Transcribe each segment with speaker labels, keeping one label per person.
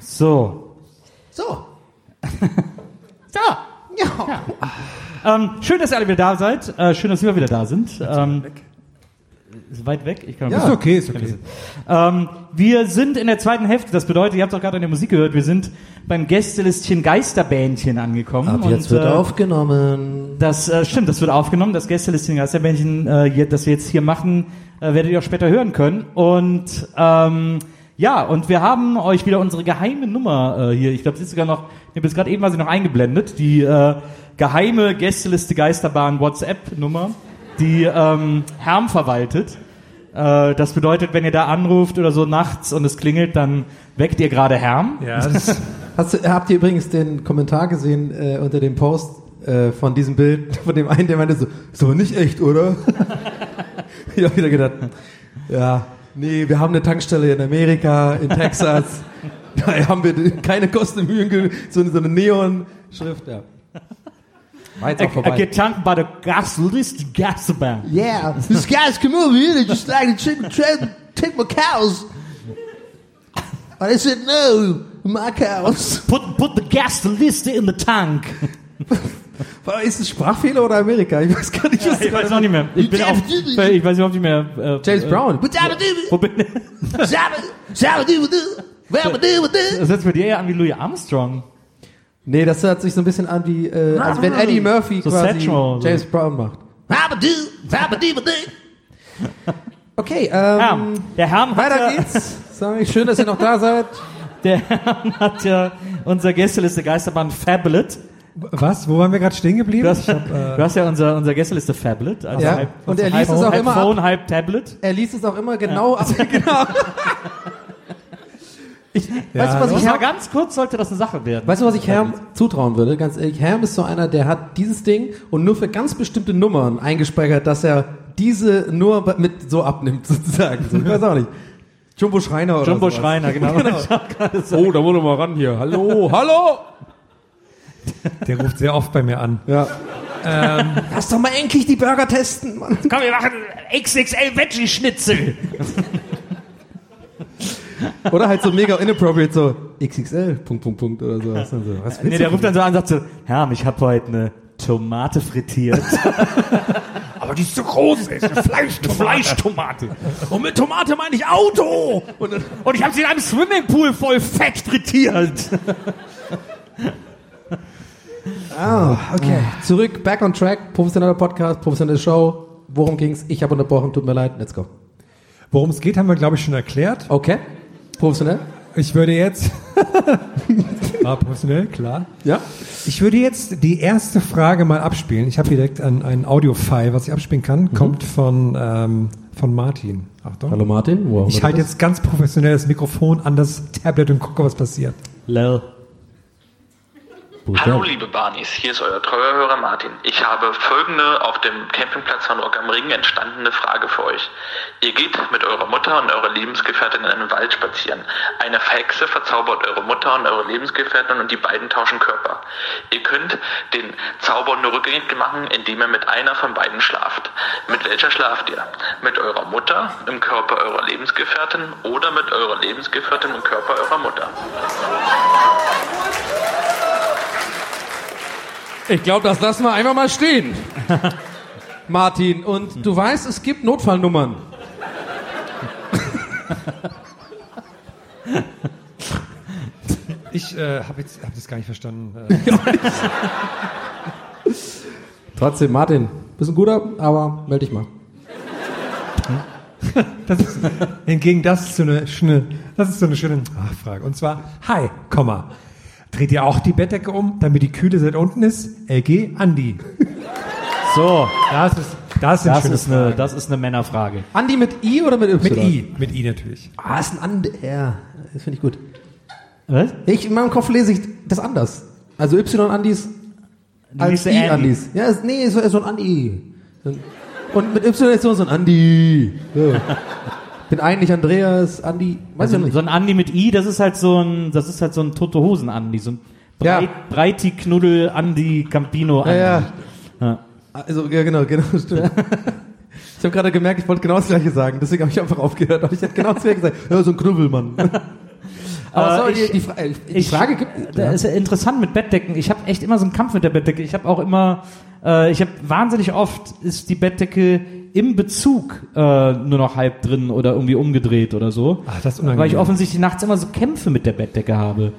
Speaker 1: So.
Speaker 2: So.
Speaker 1: So. Ja. Ähm, schön, dass ihr alle wieder da seid. Äh, schön, dass wir wieder da sind. Ähm, ist weit weg. Ich kann
Speaker 2: Ja, ist okay, ist okay.
Speaker 1: Ähm, wir sind in der zweiten Hälfte. Das bedeutet, ihr habt auch gerade an der Musik gehört. Wir sind beim Gästelistchen Geisterbändchen angekommen.
Speaker 2: Ab jetzt
Speaker 1: Und,
Speaker 2: wird
Speaker 1: äh,
Speaker 2: aufgenommen.
Speaker 1: Das äh, stimmt. Das wird aufgenommen. Das Gästelistchen Geisterbändchen, äh, hier- das wir jetzt hier machen, äh, werdet ihr auch später hören können. Und ähm, ja, und wir haben euch wieder unsere geheime Nummer äh, hier. Ich glaube, sie ist sogar noch. Ich habe jetzt gerade eben war sie noch eingeblendet. Die äh, geheime Gästeliste Geisterbahn WhatsApp-Nummer, die ähm, Herm verwaltet. Äh, das bedeutet, wenn ihr da anruft oder so nachts und es klingelt, dann weckt ihr gerade Herm.
Speaker 3: Ja, das ist
Speaker 2: Hast, du- habt ihr übrigens den Kommentar gesehen äh, unter dem Post äh, von diesem Bild, von dem einen, der meinte so, ist aber nicht echt, oder? ich habe wieder gedacht, ja, nee, wir haben eine Tankstelle in Amerika, in Texas. da haben wir keine Kosten und Mühen, ge- so, eine- so eine Neon-Schrift, ja. War jetzt auch
Speaker 1: Äh,
Speaker 2: vorbei.
Speaker 1: Getankt bei der Gasliste Geisterbahn.
Speaker 2: Yeah, this guy's come over here to just like to take, try, take my cows. And I said, no, my cows.
Speaker 1: Put, put the gas list in the tank.
Speaker 2: Ist es Sprachfehler oder Amerika? Ich weiß gar nicht, was
Speaker 1: Ich weiß noch nicht mehr. Ich bin auch, ich weiß überhaupt nicht mehr. Äh,
Speaker 2: James
Speaker 1: äh,
Speaker 2: Brown.
Speaker 1: Wo bin Das hört sich bei dir eher an wie Louis Armstrong.
Speaker 2: Nee, das hört sich so ein bisschen an wie, äh, als wenn Eddie Murphy
Speaker 1: So
Speaker 2: quasi
Speaker 1: sexual, so.
Speaker 2: James Brown macht. Okay, ähm,
Speaker 1: Herm. Der Herm hat
Speaker 2: weiter
Speaker 1: ja,
Speaker 2: geht's. Sorry, schön, dass ihr noch da seid.
Speaker 1: der Herm hat ja unser Gästeliste Geisterbahn Fablet.
Speaker 3: was? Wo waren wir gerade stehen geblieben?
Speaker 1: Du hast,
Speaker 3: Ich hab, äh,
Speaker 1: du hast ja unser, unser Gästeliste Fablet. Also
Speaker 2: Ja,
Speaker 1: halb,
Speaker 2: und er
Speaker 1: halb,
Speaker 2: liest es auch
Speaker 1: halb
Speaker 2: immer ab.
Speaker 1: Phone, halb Tablet.
Speaker 2: Er liest es auch immer genau. ab. genau. Ich, weißt du, was
Speaker 1: Das
Speaker 2: ich
Speaker 1: war
Speaker 2: Herm,
Speaker 1: Äh, ganz kurz, sollte das eine Sache werden.
Speaker 2: weißt du, was ich Herm zutrauen würde? Ganz ehrlich, Herm ist so einer, der hat dieses Ding und nur für ganz bestimmte Nummern eingespeichert, dass er diese nur mit so abnimmt, sozusagen. So, ich weiß auch nicht. Jumbo Schreiner oder
Speaker 1: Jumbo
Speaker 2: sowas.
Speaker 1: Schreiner, genau.
Speaker 4: Oh, da wollen wir mal ran hier. Hallo, hallo!
Speaker 3: der ruft sehr oft bei mir an.
Speaker 2: Ja. Lass doch mal endlich die Burger testen, Mann.
Speaker 1: Komm, wir machen XXL Veggie Schnitzel.
Speaker 2: Oder halt so mega inappropriate, so XXL, Punkt, Punkt, Punkt oder so. Was, denn so? was
Speaker 1: Nee,
Speaker 2: willst
Speaker 1: der
Speaker 2: du?
Speaker 1: ruft dann so an und sagt so, Herm, ich habe heute eine Tomate frittiert.
Speaker 4: Aber die ist so groß, ey. Ist eine Fleischtomate. Fleischtomate. Und mit Tomate meine ich Auto. Und,
Speaker 1: Und ich habe sie in einem Swimmingpool voll fett frittiert.
Speaker 2: Ah, okay. Zurück, back on track, professioneller Podcast, professionelle Show. Worum ging's? Ich habe unterbrochen, tut mir leid, let's go.
Speaker 3: Worum es geht, haben wir, glaube ich, schon erklärt.
Speaker 2: Okay. Professionell?
Speaker 3: Ich würde jetzt... War professionell, klar.
Speaker 2: Ja.
Speaker 3: Ich würde jetzt die erste Frage mal abspielen. Ich habe hier direkt ein, ein Audio-File, was ich abspielen kann. Kommt von, ähm, von Martin. Achtung.
Speaker 2: Hallo Martin. Wo haben wir
Speaker 3: Ich halte
Speaker 2: das?
Speaker 3: jetzt ganz professionell das Mikrofon an das Tablet und gucke, was passiert.
Speaker 1: Lol.
Speaker 5: Hallo liebe Barnies, hier ist euer treuer Hörer Martin. Ich habe folgende auf dem Campingplatz von Rock am Ring entstandene Frage für euch. Ihr geht mit eurer Mutter und eurer Lebensgefährtin in einem Wald spazieren. Eine Hexe verzaubert eure Mutter und eure Lebensgefährtin und die beiden tauschen Körper. Ihr könnt den Zauber nur rückgängig machen, indem ihr mit einer von beiden schlaft. Mit welcher schlaft ihr? Mit eurer Mutter im Körper eurer Lebensgefährtin oder mit eurer Lebensgefährtin im Körper eurer Mutter?
Speaker 2: Ich glaube, das lassen wir einfach mal stehen. Martin, und du weißt, es gibt Notfallnummern.
Speaker 3: Ich äh, habe jetzt hab das gar nicht verstanden. Äh,
Speaker 2: Trotzdem, Martin, bist ein guter, aber melde dich mal.
Speaker 3: das ist, hingegen, das ist so eine schöne, das ist so eine schöne Nachfrage. Und zwar, hi, Komma. Dreht ihr auch die Bettdecke um, damit die Kühle seit unten ist? LG Andi.
Speaker 1: So,
Speaker 3: Das ist, das sind
Speaker 1: das
Speaker 3: schöne
Speaker 1: ist, eine,
Speaker 3: Fragen.
Speaker 1: das ist eine Männerfrage.
Speaker 2: Andi mit I oder mit Y?
Speaker 3: mit I, mit I natürlich.
Speaker 2: Ah, ist ein Andi. Ja, das finde ich gut.
Speaker 1: Was?
Speaker 2: Ich, in meinem Kopf lese ich das anders. Also Y-Andis als
Speaker 1: liest Andy.
Speaker 2: I-Andis. Ja, ist, nee, ist, so- ist so ein Andi. Und mit Y ist so so ein Andi. So. Bin eigentlich Andreas, Andi. Weiß ich noch Also
Speaker 1: So,
Speaker 2: nicht.
Speaker 1: so ein Andi mit I, das ist halt so ein, das ist halt so ein Tote Hosen Andi, so ein
Speaker 2: Ja.
Speaker 1: Breit, Breiti Knuddel Andi Campino Andi.
Speaker 2: ja. Also, ja, genau, genau, stimmt. Ich habe gerade gemerkt, ich wollte genau das gleiche sagen, deswegen habe ich einfach aufgehört. Aber ich hätte genau das gleiche gesagt. Ja, so ein Knüppelmann. Aber
Speaker 1: Äh,
Speaker 2: sorry,
Speaker 1: ich-
Speaker 2: die, Fra äh, die
Speaker 1: ich-
Speaker 2: Frage gibt.
Speaker 1: Das ist ja interessant mit Bettdecken. Ich habe echt immer so einen Kampf mit der Bettdecke. Ich habe auch immer, äh, ich habe wahnsinnig oft ist die Bettdecke im Bezug äh, nur noch halb drin oder irgendwie umgedreht oder so.
Speaker 2: Ah,
Speaker 3: Ach, das ist unangenehm.
Speaker 1: Weil ich offensichtlich nachts immer so Kämpfe mit der Bettdecke habe.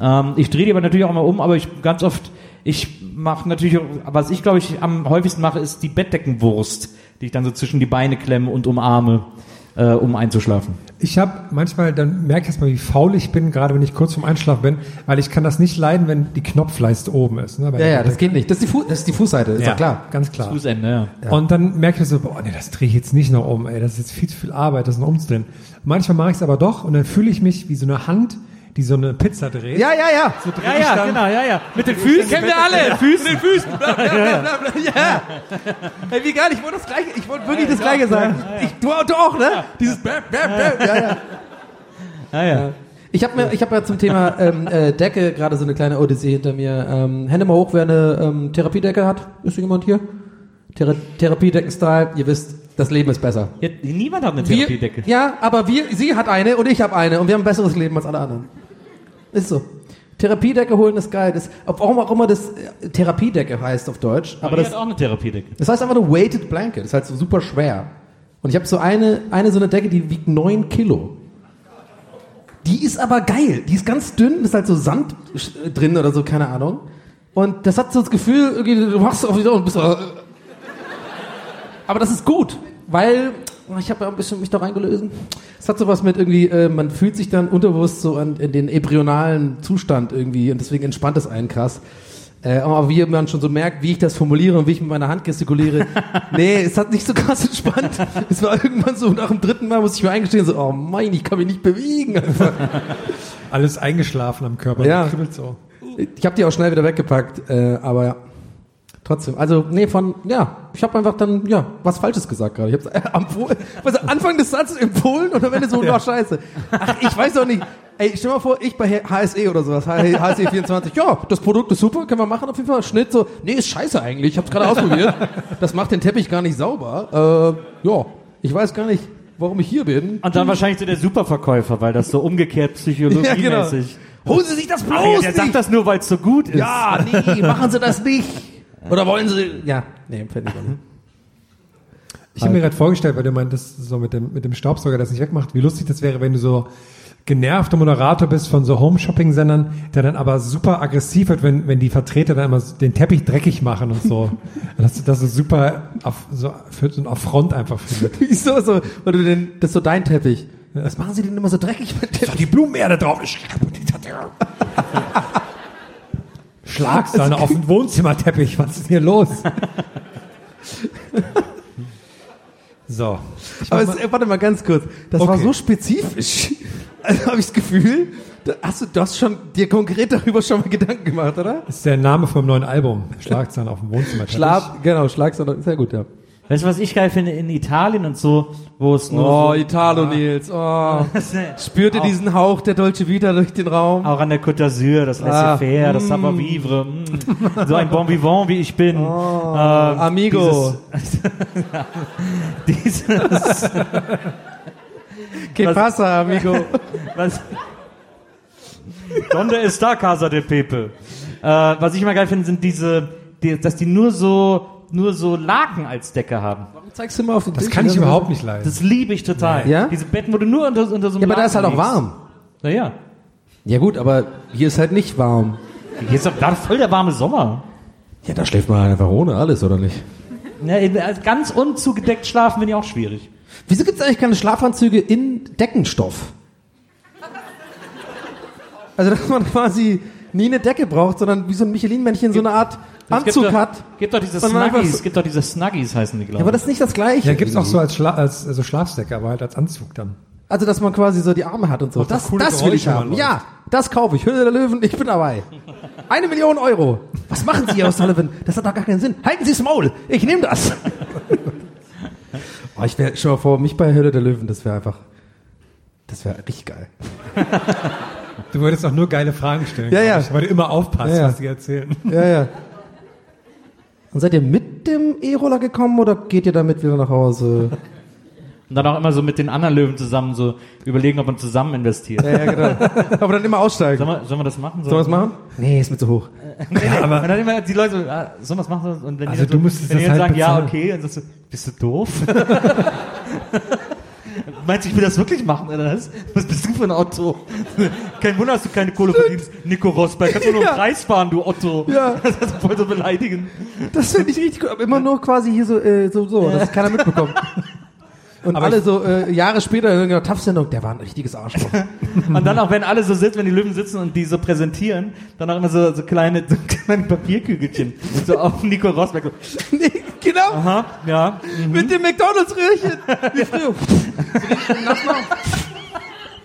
Speaker 1: Ähm, ich drehe die aber natürlich auch immer um, aber ich ganz oft, ich mache natürlich, auch- was ich glaube ich am häufigsten mache, ist die Bettdeckenwurst, die ich dann so zwischen die Beine klemme und umarme, äh, um einzuschlafen.
Speaker 3: Ich habe manchmal, dann merke ich erstmal, wie faul ich bin, gerade wenn ich kurz vorm Einschlafen bin, weil ich kann das nicht leiden, wenn die Knopfleiste oben ist. Ne, bei
Speaker 2: Ja,
Speaker 3: der
Speaker 2: ja, das
Speaker 3: Bettdecke.
Speaker 2: geht nicht. Das ist die, Fu das ist die Fußseite, ist ja. doch klar.
Speaker 3: Ganz klar.
Speaker 1: Fußende, ja.
Speaker 3: Und dann merke ich so, boah, nee, das drehe ich jetzt nicht noch um, ey, das ist jetzt viel zu viel Arbeit, das noch umzudrehen. Manchmal mache ich es aber doch und dann fühle ich mich wie so eine Hand, die so eine Pizza dreht.
Speaker 2: Ja, ja, ja.
Speaker 3: so drehe
Speaker 1: Ja,
Speaker 3: ich
Speaker 1: ja,
Speaker 3: dann.
Speaker 1: genau, ja, ja. Mit den Füßen.
Speaker 2: Kennen wir alle. Füßen. Mit den Füßen. Bla, bla, bla, bla, bla. Ja. Ey, wie geil, ich wollte das gleiche, ich wollte wirklich das gleiche sagen. Ich, du, du auch, ne? Dieses Bäm, Bäm, Bäm. Ja, ja.
Speaker 1: Ja, ja.
Speaker 2: Ich habe mir, ich habe ja zum Thema ähm, äh, Decke gerade so eine kleine Odyssee hinter mir. Ähm, Hände mal hoch, wer eine ähm, Therapiedecke hat. Ist hier jemand hier? Thera Therapiedecken-Style. Ihr wisst, das Leben ist besser.
Speaker 1: Ja, niemand hat eine
Speaker 2: Wir,
Speaker 1: Therapiedecke.
Speaker 2: ja, aber wir, sie hat eine und ich habe eine und wir haben ein besseres Leben als alle anderen. Ist so. Therapiedecke holen ist geil. Das, ob- warum auch immer das äh, Therapiedecke heißt auf Deutsch. Aber
Speaker 1: Marie
Speaker 2: das,
Speaker 1: hat auch eine Therapiedecke.
Speaker 2: das heißt einfach nur Weighted Blanket. Das ist halt so super schwer. Und ich habe so eine, eine so eine Decke, die wiegt 9 Kilo. Die ist aber geil. Die ist ganz dünn, ist halt so Sand äh, drin oder so, keine Ahnung. Und das hat so das Gefühl, irgendwie, du wachst auf die Seite und bist so, äh. Aber das ist gut, weil oh, ich habe ja ein bisschen mich da reingelösen. Es hat sowas mit irgendwie, äh, man fühlt sich dann unterbewusst so an, in den embryonalen Zustand irgendwie und deswegen entspannt es einen krass. Äh, aber wie man schon so merkt, wie ich das formuliere und wie ich mit meiner Hand gestikuliere, nee, es hat nicht so krass entspannt. Es war irgendwann so, nach dem dritten Mal musste ich mir eingestehen, so, oh mein, ich kann mich nicht bewegen.
Speaker 3: Alles eingeschlafen am Körper.
Speaker 2: Ja.
Speaker 3: das kribbelt so.
Speaker 2: Ich habe die auch schnell wieder weggepackt, äh, aber ja. Trotzdem, also nee, von ja, ich habe einfach dann ja was Falsches gesagt gerade. Ich habe äh, am Pol- also Anfang des Satzes empfohlen und am Ende so, ja. scheiße. Ach, ich weiß auch nicht. Ey, stell mal vor, ich bei HSE E oder sowas, HSE 24. Ja, das Produkt ist super, können wir machen auf jeden Fall. Schnitt so, nee, ist scheiße eigentlich. Ich habe es gerade ausprobiert. Das macht den Teppich gar nicht sauber. Äh, ja, ich weiß gar nicht, warum ich hier bin.
Speaker 1: Und dann wahrscheinlich so der Superverkäufer, weil das Also so umgekehrt psychologiemäßig.
Speaker 2: genau. Holen Sie sich das bloß
Speaker 1: Ach ja, der
Speaker 2: nicht.
Speaker 1: sagt das nur, weil es so gut ist.
Speaker 2: Ja, nee, machen Sie das nicht. Oder wollen Sie. Ja, nee, finde ich auch nicht.
Speaker 3: Ich habe mir gerade vorgestellt, weil du meintest, so mit dem, mit dem Staubsauger, das nicht wegmacht, wie lustig das wäre, wenn du so genervter Moderator bist von so Home-Shopping-Sendern, der dann aber super aggressiv wird, wenn, wenn die Vertreter dann immer so den Teppich dreckig machen und so. dass, dass es super auf, so, für so einen Affront einfach findet.
Speaker 2: Wieso so? Weil du denn, das ist so dein Teppich. Was machen Sie denn immer so dreckig mit dem?
Speaker 3: Die Blumenerde drauf. Ich Schlagst dann auf den Wohnzimmerteppich. Was ist hier los? so. Ich mach
Speaker 2: Aber
Speaker 3: mal-
Speaker 2: es, warte mal ganz kurz. Das war
Speaker 3: Okay.
Speaker 2: so spezifisch. Also habe ich das Gefühl, da hast du, du hast schon dir konkret darüber schon mal Gedanken gemacht, oder?
Speaker 3: Das ist der Name vom neuen Album. Schlagzeilen auf dem Wohnzimmer.
Speaker 2: Schlaf, genau, Schlagzeug, sehr gut, ja.
Speaker 1: Weißt du, was ich geil finde? In Italien und so, wo es nur
Speaker 2: Oh,
Speaker 1: so,
Speaker 2: Italo Nils, oh. Spürt ihr diesen Hauch der Dolce Vita durch den Raum?
Speaker 1: auch an der Côte d'Azur, das
Speaker 2: Ah.
Speaker 1: Laissez-faire, das Savoir-vivre, mm. so ein Bon Vivant, wie ich bin.
Speaker 2: Ah,
Speaker 1: Ähm,
Speaker 2: Oh. Amigo.
Speaker 1: Dieses, dieses,
Speaker 2: Que
Speaker 1: was-
Speaker 2: pasa, amigo?
Speaker 1: Was? Donde está Casa de Pepe? Äh, was ich immer geil finde, sind diese, die, dass die nur so, nur so Laken als Decke haben.
Speaker 2: Zeigst du mal auf den
Speaker 3: Das kann ich überhaupt nicht leiden.
Speaker 1: Das liebe ich total.
Speaker 2: Ja?
Speaker 1: Diese Betten, wo du nur unter, unter so einem
Speaker 2: Ja, aber da ist halt auch
Speaker 1: Laken
Speaker 2: warm.
Speaker 1: liegst. Naja.
Speaker 2: Ja gut, aber hier ist halt nicht warm.
Speaker 1: Hier ist doch gerade voll der warme Sommer.
Speaker 2: Ja, da schläft man halt einfach ohne alles, oder nicht?
Speaker 1: Ja, eben,
Speaker 2: äh,
Speaker 1: also ganz unzugedeckt schlafen finde ich auch schwierig.
Speaker 2: Wieso gibt es eigentlich keine Schlafanzüge in Deckenstoff? Also, dass man quasi nie eine Decke braucht, sondern wie so ein Michelin-Männchen so eine Art Anzug
Speaker 1: gibt doch,
Speaker 2: hat.
Speaker 1: Gibt doch diese
Speaker 2: Und man einfach
Speaker 1: Snuggies,
Speaker 2: so-
Speaker 1: gibt doch diese Snuggies heißen die, glaube ich.
Speaker 2: Ja, aber das ist nicht das Gleiche.
Speaker 3: Ja, gibt's auch so als, Schla als also Schlafsäcke, aber halt als Anzug dann.
Speaker 2: Also, dass man quasi so die Arme hat und so.
Speaker 3: Macht doch
Speaker 2: Das,
Speaker 3: coole
Speaker 2: das will ich
Speaker 3: Geräusche,
Speaker 2: haben.
Speaker 3: wenn man
Speaker 2: Ja, das kaufe ich. Hülle der Löwen, ich bin dabei. Eine Million Euro. Was machen Sie, Herr Sullivan? Das hat doch gar keinen Sinn. Halten Sie das Maul. Ich nehme das. oh, ich wäre, schau mal vor, mich bei Hülle der Löwen, das wäre einfach, das wäre richtig geil.
Speaker 3: Du würdest auch nur geile Fragen stellen.
Speaker 2: Ja,
Speaker 3: glaub
Speaker 2: ja.
Speaker 3: Ich, weil du immer aufpasst,
Speaker 2: Ja, ja.
Speaker 3: was die erzählen.
Speaker 2: Ja, ja. Und seid ihr mit dem E-Roller gekommen oder geht ihr damit wieder nach Hause?
Speaker 1: Und dann auch immer so mit den anderen Löwen zusammen so überlegen, ob man zusammen investiert.
Speaker 2: Ja, ja, genau. Aber dann immer aussteigen.
Speaker 1: Sollen wir, sollen wir das machen?
Speaker 2: Sollen wir das machen? Nee, ist mir zu hoch.
Speaker 1: Ja, aber und dann immer die Leute, so, ah, sollen wir es machen? Und wenn
Speaker 3: Also
Speaker 1: die dann so,
Speaker 3: du müsstest
Speaker 1: wenn die
Speaker 3: das
Speaker 1: dann
Speaker 3: halt
Speaker 1: sagen, ja,
Speaker 3: bezahlen.
Speaker 1: okay, und sagst du, bist du doof? Meinst du, ich will das wirklich machen, oder was? Was bist du für ein Otto? Kein Wunder, dass du keine Kohle verdienst, Nico Rosberg. Kannst du nur
Speaker 2: Ja.
Speaker 1: im Kreis fahren, du Otto.
Speaker 2: Ja.
Speaker 1: Das ist voll so beleidigen.
Speaker 2: Das finde ich richtig gut. Aber immer nur quasi hier so, äh, so, so dass es keiner mitbekommt. Und alle so äh, Jahre später in irgendeiner TAF-Sendung, der war ein richtiges Arschloch.
Speaker 1: Und
Speaker 2: Mhm.
Speaker 1: dann auch, wenn alle so sitzen, wenn die Löwen sitzen und die so präsentieren, dann auch immer so, so kleine, so kleine Papierkügelchen. So auf Nico Rosberg. So,
Speaker 2: nee, genau,
Speaker 1: aha, ja. mhm.
Speaker 2: mit dem McDonalds-Röhrchen. Wie früher.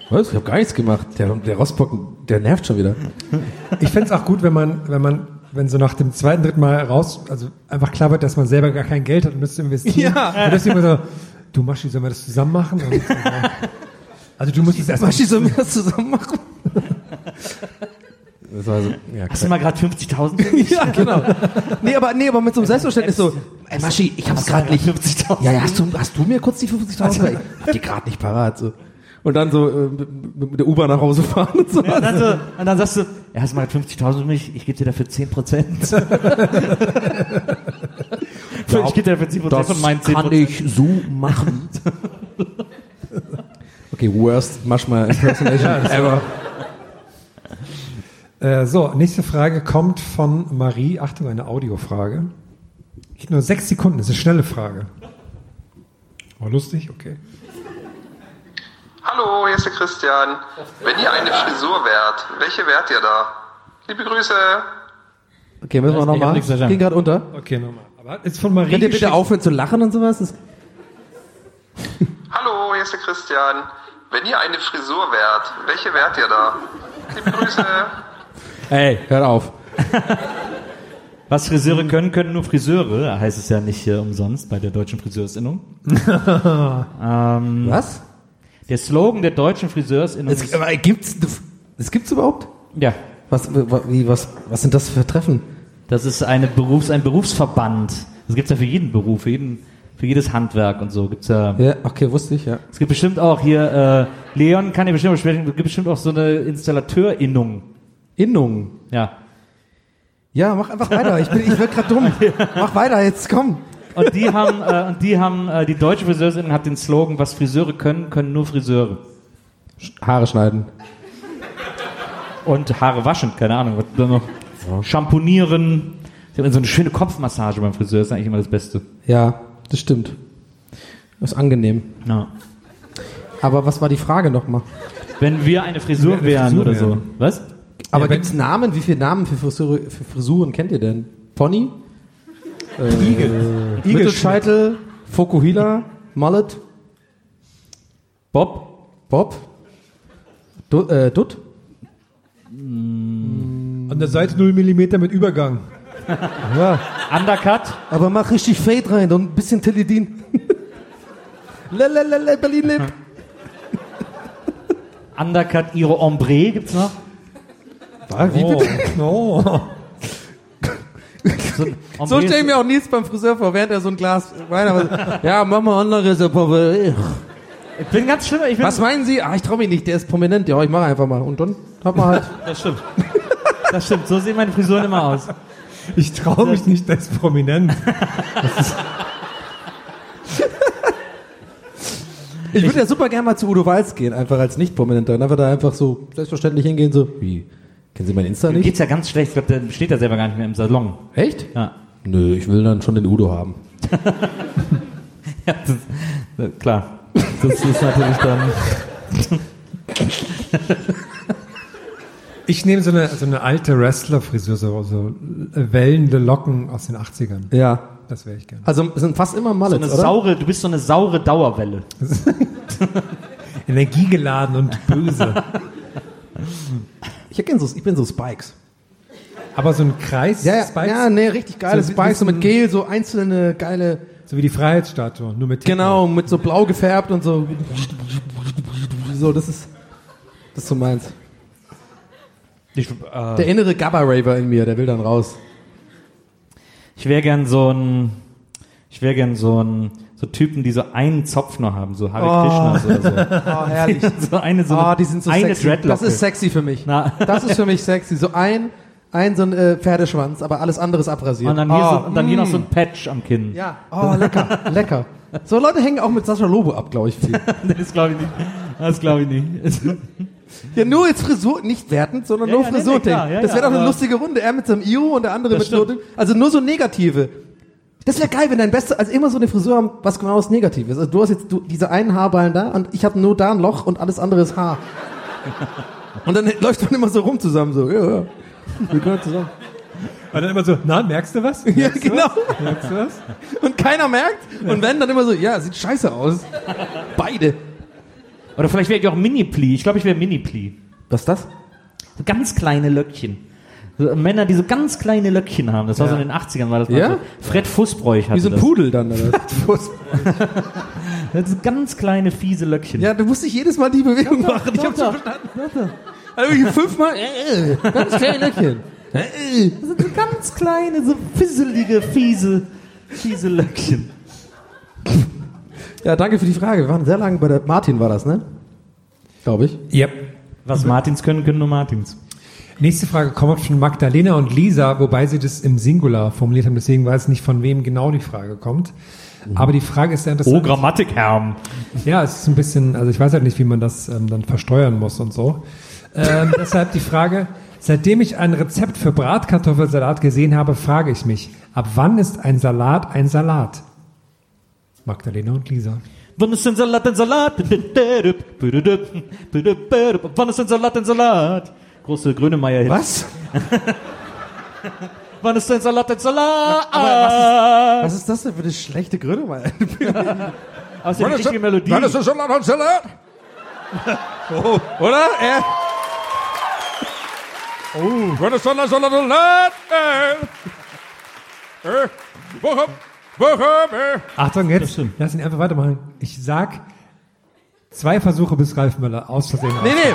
Speaker 2: Was? Ich habe gar nichts gemacht. Der, der Rossbock, der nervt schon wieder.
Speaker 3: Ich find's auch gut, wenn man, wenn man, wenn so nach dem zweiten, dritten Mal raus, also einfach klar wird, dass man selber gar kein Geld hat und müsste investieren.
Speaker 2: Ja.
Speaker 3: Und deswegen immer so, du Maschi, sollen wir das zusammen machen? Und, äh, also du musst es erstmal.
Speaker 2: Maschi, sollen wir das zusammen machen? Das war so, ja,
Speaker 1: Hast du mal gerade 50.000? für mich?
Speaker 2: Ja, genau. Nee, aber, nee, aber mit so einem Selbstverständnis so, ey Maschi, ich hab's gerade nicht.
Speaker 1: 50.000.
Speaker 2: Ja, ja, hast du, hast du mir kurz die
Speaker 1: Also-
Speaker 2: 50.000? Ich hab die gerade nicht parat. So. Und dann so äh, mit, mit der U-Bahn nach Hause fahren und so.
Speaker 1: Und dann, so, und dann sagst du, er hast mal 50.000 für mich, ich gebe dir dafür 10 Prozent. ich gebe dir dafür 10 Prozent von meinen 10
Speaker 2: so machen. Okay, worst Maschmal Impersonation ever.
Speaker 3: Äh, so, nächste Frage kommt von Marie. Achtung, eine Audiofrage. Ich nur sechs Sekunden, das ist eine schnelle Frage. War lustig, okay.
Speaker 5: Hallo, hier ist der Christian. Wenn ihr eine Frisur wärt, welche wärt ihr da? Liebe Grüße.
Speaker 2: Okay, müssen wir
Speaker 1: Ich hab
Speaker 2: nochmal.
Speaker 1: nichts verstanden.
Speaker 2: Ging gerade unter.
Speaker 3: Okay, nochmal. Aber ist von Marie.
Speaker 2: Könnt ihr bitte
Speaker 3: geschickt.
Speaker 2: aufhören zu lachen und sowas? Das,
Speaker 5: Hallo, hier ist der Christian. Wenn ihr eine Frisur wärt, welche wärt ihr da? Liebe Grüße.
Speaker 2: ey, hört auf.
Speaker 1: Was Friseure können, können nur Friseure, heißt es ja nicht hier umsonst bei der Deutschen Friseursinnung. Hm.
Speaker 2: Was?
Speaker 1: Der Slogan der Deutschen Friseursinnung
Speaker 2: Es, aber gibt's, das gibt's überhaupt?
Speaker 1: ja,
Speaker 2: Was, wa- wie, was, was sind das für Treffen?
Speaker 1: das ist eine Berufs-, ein Berufsverband. Das gibt's ja für jeden Beruf, für, jeden, für jedes Handwerk und so. Gibt's ja,
Speaker 2: Ja, okay, wusste ich, ja.
Speaker 1: Es gibt bestimmt auch hier, äh, Leon kann ja bestimmt auch sprechen, es gibt bestimmt auch so eine Installateurinnung.
Speaker 2: Innungen.
Speaker 1: Ja,
Speaker 2: Ja, mach einfach weiter. Ich, bin, ich werd grad dumm. Mach weiter, jetzt komm.
Speaker 1: Und die haben, äh, und die haben, äh, die deutsche Friseursinnung hat den Slogan, was Friseure können, können nur Friseure.
Speaker 2: Haare schneiden.
Speaker 1: Und Haare waschen, keine Ahnung, was da noch. Schamponieren. Sie haben so eine schöne Kopfmassage beim Friseur, ist eigentlich immer das Beste.
Speaker 2: Ja, das stimmt. Ist angenehm.
Speaker 1: Ja.
Speaker 2: Aber was war die Frage nochmal?
Speaker 1: Wenn wir eine Frisur
Speaker 3: Wenn wir
Speaker 1: wären
Speaker 3: eine Frisur
Speaker 1: oder so.
Speaker 3: wären.
Speaker 1: Was?
Speaker 2: Aber
Speaker 3: Ja, wenn-
Speaker 2: gibt's Namen? Wie viele Namen für, Frisure, für Frisuren kennt ihr denn? Pony? Äh, Mittelscheitel? Fokuhila? Mullet?
Speaker 1: Bob?
Speaker 2: Bob? Du, äh, Dutt?
Speaker 3: An der Seite 0 mm mit Übergang.
Speaker 2: Ja.
Speaker 1: Undercut.
Speaker 2: Aber mach richtig Fade rein und ein bisschen Teledin. Lalalala, Berlin lebt.
Speaker 1: Undercut Iro Ombre gibt's noch.
Speaker 2: Ah, Wie bitte? Oh.
Speaker 3: No.
Speaker 2: So
Speaker 1: Ombre
Speaker 2: stelle ich mir auch Nils beim Friseur vor, während er so ein Glas Wein hat. Ja, mach mal andere Suppe.
Speaker 1: Ich bin ganz schlimm. Ich bin,
Speaker 2: Was meinen Sie? Ah, ich traue mich nicht, der ist prominent. Ja, ich mache einfach mal. Und dann hat man halt.
Speaker 1: Das stimmt. Das stimmt. So sehen meine Frisuren immer aus.
Speaker 3: Ich traue mich nicht, das ist prominent.
Speaker 2: Ich würde ja super gerne mal zu Udo Walz gehen, einfach als Nicht-Prominenter. Dann einfach da einfach so selbstverständlich hingehen, so, wie, kennen Sie mein Insta
Speaker 1: Dem
Speaker 2: nicht?
Speaker 1: geht's ja ganz schlecht. Ich glaube, der steht ja selber gar nicht mehr im Salon.
Speaker 2: Echt?
Speaker 1: Ja.
Speaker 2: Nö, ich will dann schon den Udo haben.
Speaker 1: Ja, das, äh, klar. Das ist natürlich dann.
Speaker 3: Ich nehme so eine, so eine alte Wrestler-Frisur, so, so äh, wellende Locken aus den 80ern.
Speaker 2: Ja.
Speaker 3: Das wäre ich gerne.
Speaker 2: Also es sind fast immer
Speaker 1: So
Speaker 2: Mallets,
Speaker 1: eine
Speaker 2: oder?
Speaker 1: saure, du bist so eine saure Dauerwelle.
Speaker 3: Energiegeladen und böse.
Speaker 2: Ich, erkenne so, ich bin so Spikes.
Speaker 3: Aber so ein Kreis,
Speaker 2: Ja, ja,
Speaker 3: Spikes,
Speaker 2: ja nee, richtig geile
Speaker 3: So ein
Speaker 2: Spikes, so mit
Speaker 3: bisschen-
Speaker 2: Gel, so einzelne geile,
Speaker 3: so wie die Freiheitsstatue, nur mit Titten.
Speaker 2: genau, mit so blau gefärbt und so. So, das ist, das ist so meins.
Speaker 1: Ich, äh,
Speaker 2: Der innere Gabba-Raver in mir, der will dann raus.
Speaker 1: ich wäre gern so ein. Ich wäre gern so ein. So Typen, die so einen Zopf noch haben, so Hare Krishnas oder
Speaker 2: Oh, herrlich.
Speaker 1: so. So eine, so
Speaker 2: Ah,
Speaker 1: eine,
Speaker 2: die sind so
Speaker 1: eine
Speaker 2: sexy.
Speaker 1: Dreadlocke.
Speaker 2: Das ist sexy für mich.
Speaker 1: Na.
Speaker 2: Das ist für mich sexy. So ein, ein so ein äh, Pferdeschwanz, aber alles andere ist abrasiert.
Speaker 1: Und dann hier,
Speaker 2: oh,
Speaker 1: so, und dann hier
Speaker 2: mm.
Speaker 1: noch so ein Patch am Kinn.
Speaker 2: Ja, oh, lecker, lecker. So Leute hängen auch mit Sascha Lobo ab, glaube ich. Viel.
Speaker 1: Das glaube ich nicht. Das glaube ich nicht.
Speaker 2: Ja, nur jetzt Frisur, nicht wertend, sondern
Speaker 1: Ja,
Speaker 2: nur
Speaker 1: ja, nee, nee,
Speaker 2: Frisur
Speaker 1: klar, ja,
Speaker 2: Das wäre
Speaker 1: ja,
Speaker 2: doch eine
Speaker 1: aber-
Speaker 2: lustige Runde. Er mit seinem Iro und der andere
Speaker 1: Das
Speaker 2: mit
Speaker 1: stimmt.
Speaker 2: Noten. Also nur so negative. Das wäre geil, wenn dein Beste, also immer so eine Frisur haben, was genau das Negative ist. Also du hast jetzt du, diese einen Haarballen da und ich habe nur da ein Loch und alles andere ist Haar. Und dann läuft man immer so rum zusammen, so, ja, ja. Wir können zusammen.
Speaker 3: Und dann immer so, na, merkst du was?
Speaker 2: Ja,
Speaker 3: Merkst du
Speaker 2: genau.
Speaker 3: Was? Merkst du was?
Speaker 2: Und keiner merkt. Und wenn, dann immer so, ja, sieht scheiße aus. Beide.
Speaker 1: Oder vielleicht wäre ich auch Mini-Pli. Ich glaube, ich wäre Mini-Pli.
Speaker 2: Was ist das?
Speaker 1: So ganz kleine Löckchen. So, Männer, die so ganz kleine Löckchen haben. Das war so in den 80ern, war das mal
Speaker 2: Ja?
Speaker 1: so. Fred Fußbräuch hatte
Speaker 2: Wie so ein
Speaker 1: das.
Speaker 2: Pudel dann, oder? was?
Speaker 1: das sind ganz kleine, fiese Löckchen.
Speaker 2: ja, du musst nicht jedes Mal die Bewegung machen. Ich hab's schon verstanden. Also irgendwie fünfmal, äh, äh, ganz kleine Löckchen. Äh, äh.
Speaker 1: Das sind so ganz kleine, so fisselige, fiese, fiese Löckchen.
Speaker 2: Ja, danke für die Frage. Wir waren sehr lange bei der, Martin war das, ne? Glaube ich.
Speaker 3: Yep.
Speaker 1: Was Martins können, können nur Martins.
Speaker 3: Nächste Frage kommt von Magdalena und Lisa, wobei sie das im Singular formuliert haben, deswegen weiß ich nicht, von wem genau die Frage kommt. Aber die Frage ist sehr
Speaker 1: Oh,
Speaker 3: interessant.
Speaker 1: Grammatikherm.
Speaker 3: ja, es ist ein bisschen, also ich weiß halt nicht, wie man das ähm, dann versteuern muss und so. Ähm, deshalb die Frage, seitdem ich ein Rezept für Bratkartoffelsalat gesehen habe, frage ich mich, ab wann ist ein Salat ein Salat? Magdalena und Lisa.
Speaker 1: Wann ist denn Salat denn Salat? Wann ist denn Salat denn Salat? Große Grönemeyer-Hit.
Speaker 2: Was?
Speaker 1: Wann ist denn Salat denn Salat?
Speaker 2: Was ist das denn für eine schlechte Gründe, mal?
Speaker 1: Aus der richtigen Melodie.
Speaker 2: Salat und Salat? Oh, oder? Er, Oh.
Speaker 4: Wenn es dann so lange Woche, Woche,
Speaker 3: Achtung, jetzt, lass ihn einfach weitermachen. Ich sag, zwei Versuche bis Ralf Möller aus Versehen.
Speaker 2: nee, nee.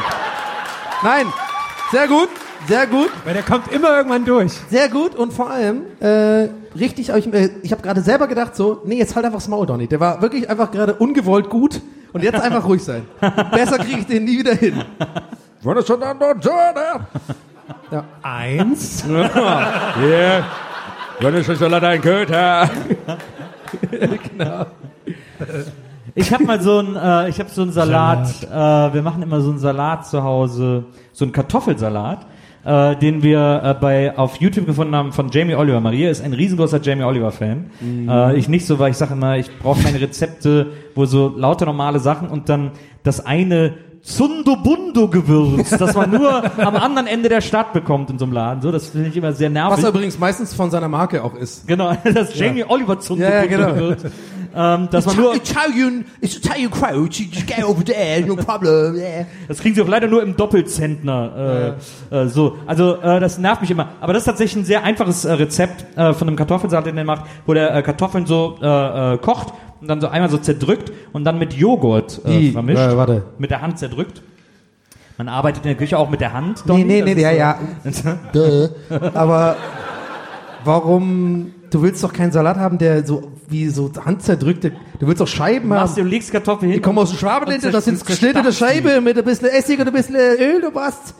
Speaker 2: Nein. Sehr gut, sehr gut.
Speaker 3: Weil der kommt immer irgendwann durch.
Speaker 2: Sehr gut und vor allem äh, richtig euch. Äh, ich habe gerade selber gedacht so, nee, jetzt halt einfach das Maul, Donny. Der war wirklich einfach gerade ungewollt gut und jetzt einfach ruhig sein. Besser kriege ich den nie wieder hin.
Speaker 4: Wenn es dann so
Speaker 3: Eins.
Speaker 4: Yeah. Wenn es so lange ein Köter.
Speaker 1: Ich habe mal so einen, äh, ich habe so einen Salat. Äh, wir machen immer so einen Salat zu Hause, so einen Kartoffelsalat, äh, den wir äh, bei auf YouTube gefunden haben von Jamie Oliver. Maria ist ein riesengroßer Jamie Oliver Fan. Äh, ich nicht so, weil ich sage immer, ich brauche keine Rezepte, wo so lauter normale Sachen und dann das eine Zundobundo-Gewürz, das man nur am anderen Ende der Stadt bekommt in so einem Laden. So, das finde ich immer sehr nervig.
Speaker 2: Was er übrigens meistens von seiner Marke auch ist.
Speaker 1: Genau, das Jamie Oliver zum
Speaker 2: Ja, ja, genau.
Speaker 1: wird. ähm, dass man nur,
Speaker 4: Italian, it's Italian crowd, you just get over there, no problem. Yeah.
Speaker 1: das kriegen sie auch leider nur im Doppelzentner. Äh, äh, so, also äh, das nervt mich immer. Aber das ist tatsächlich ein sehr einfaches äh, Rezept äh, von einem Kartoffelsalat, den er macht, wo der äh, Kartoffeln so äh, äh, kocht und dann so einmal so zerdrückt und dann mit Joghurt äh,
Speaker 2: I,
Speaker 1: vermischt.
Speaker 2: äh, warte.
Speaker 1: Mit der Hand zerdrückt. Man arbeitet in der Küche auch mit der Hand.
Speaker 2: Nee,
Speaker 1: Donny,
Speaker 2: nee,
Speaker 1: das
Speaker 2: nee,
Speaker 1: ist,
Speaker 2: ja,
Speaker 1: äh,
Speaker 2: ja. Duh. Aber warum? Du willst doch keinen Salat haben, der so wie so handzerdrückte. Du willst doch Scheiben
Speaker 1: Machst du
Speaker 2: haben.
Speaker 1: und legst Kartoffeln
Speaker 2: Die
Speaker 1: hin.
Speaker 2: kommen aus dem Schwabenländer,
Speaker 1: Und
Speaker 2: das sind
Speaker 1: zerstückelst
Speaker 2: geschnittene
Speaker 1: das die.
Speaker 2: Scheibe mit ein bisschen Essig und ein bisschen äh, Öl, du passt.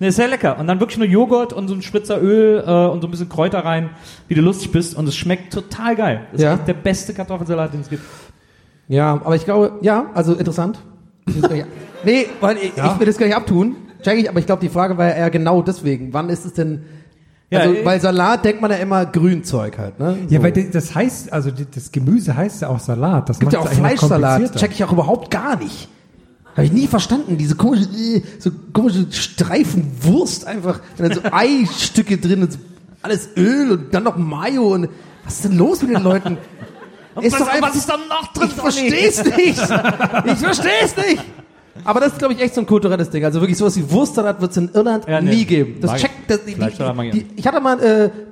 Speaker 1: Nee, ist sehr lecker. Und dann wirklich nur Joghurt und so ein Spritzer Öl äh, und so ein bisschen Kräuter rein, wie du lustig bist. Und es schmeckt total geil. Das
Speaker 2: Ja.
Speaker 1: ist echt der beste Kartoffelsalat, den es gibt.
Speaker 2: Ja, aber ich glaube, ja, also interessant. Ich will das gar nicht- nee, weil ich, ich will das gar nicht abtun. Check ich, aber ich glaube, die Frage war ja eher genau deswegen. Wann ist es denn?
Speaker 1: Ja,
Speaker 2: also,
Speaker 1: äh,
Speaker 2: weil Salat denkt man ja immer Grünzeug halt, ne?
Speaker 3: Ja, weil die- das heißt, also die- das Gemüse heißt ja auch Salat. Das
Speaker 2: Gibt
Speaker 3: macht's
Speaker 2: ja auch
Speaker 3: eigentlich noch
Speaker 2: Fleischsalat.
Speaker 3: komplizierter.
Speaker 2: Check ich auch überhaupt gar nicht. Habe ich nie verstanden. Diese komische, äh, so komische Streifenwurst einfach. Und dann so Eistücke drin und so alles Öl und dann noch Mayo und was ist denn los mit den Leuten?
Speaker 1: was- was ist da noch drin,
Speaker 2: Ich
Speaker 1: Donny?
Speaker 2: versteh's nicht. Ich versteh's nicht. Aber das ist, glaube ich, echt so ein kulturelles Ding. Also wirklich sowas wie Wurstsalat wird es in Irland
Speaker 1: Ja, nee.
Speaker 2: nie geben. Das
Speaker 1: Mag ich.
Speaker 2: checkt. Das, die,
Speaker 1: Fleischsalat mag
Speaker 2: die,
Speaker 1: ich
Speaker 2: die, ich hatte mal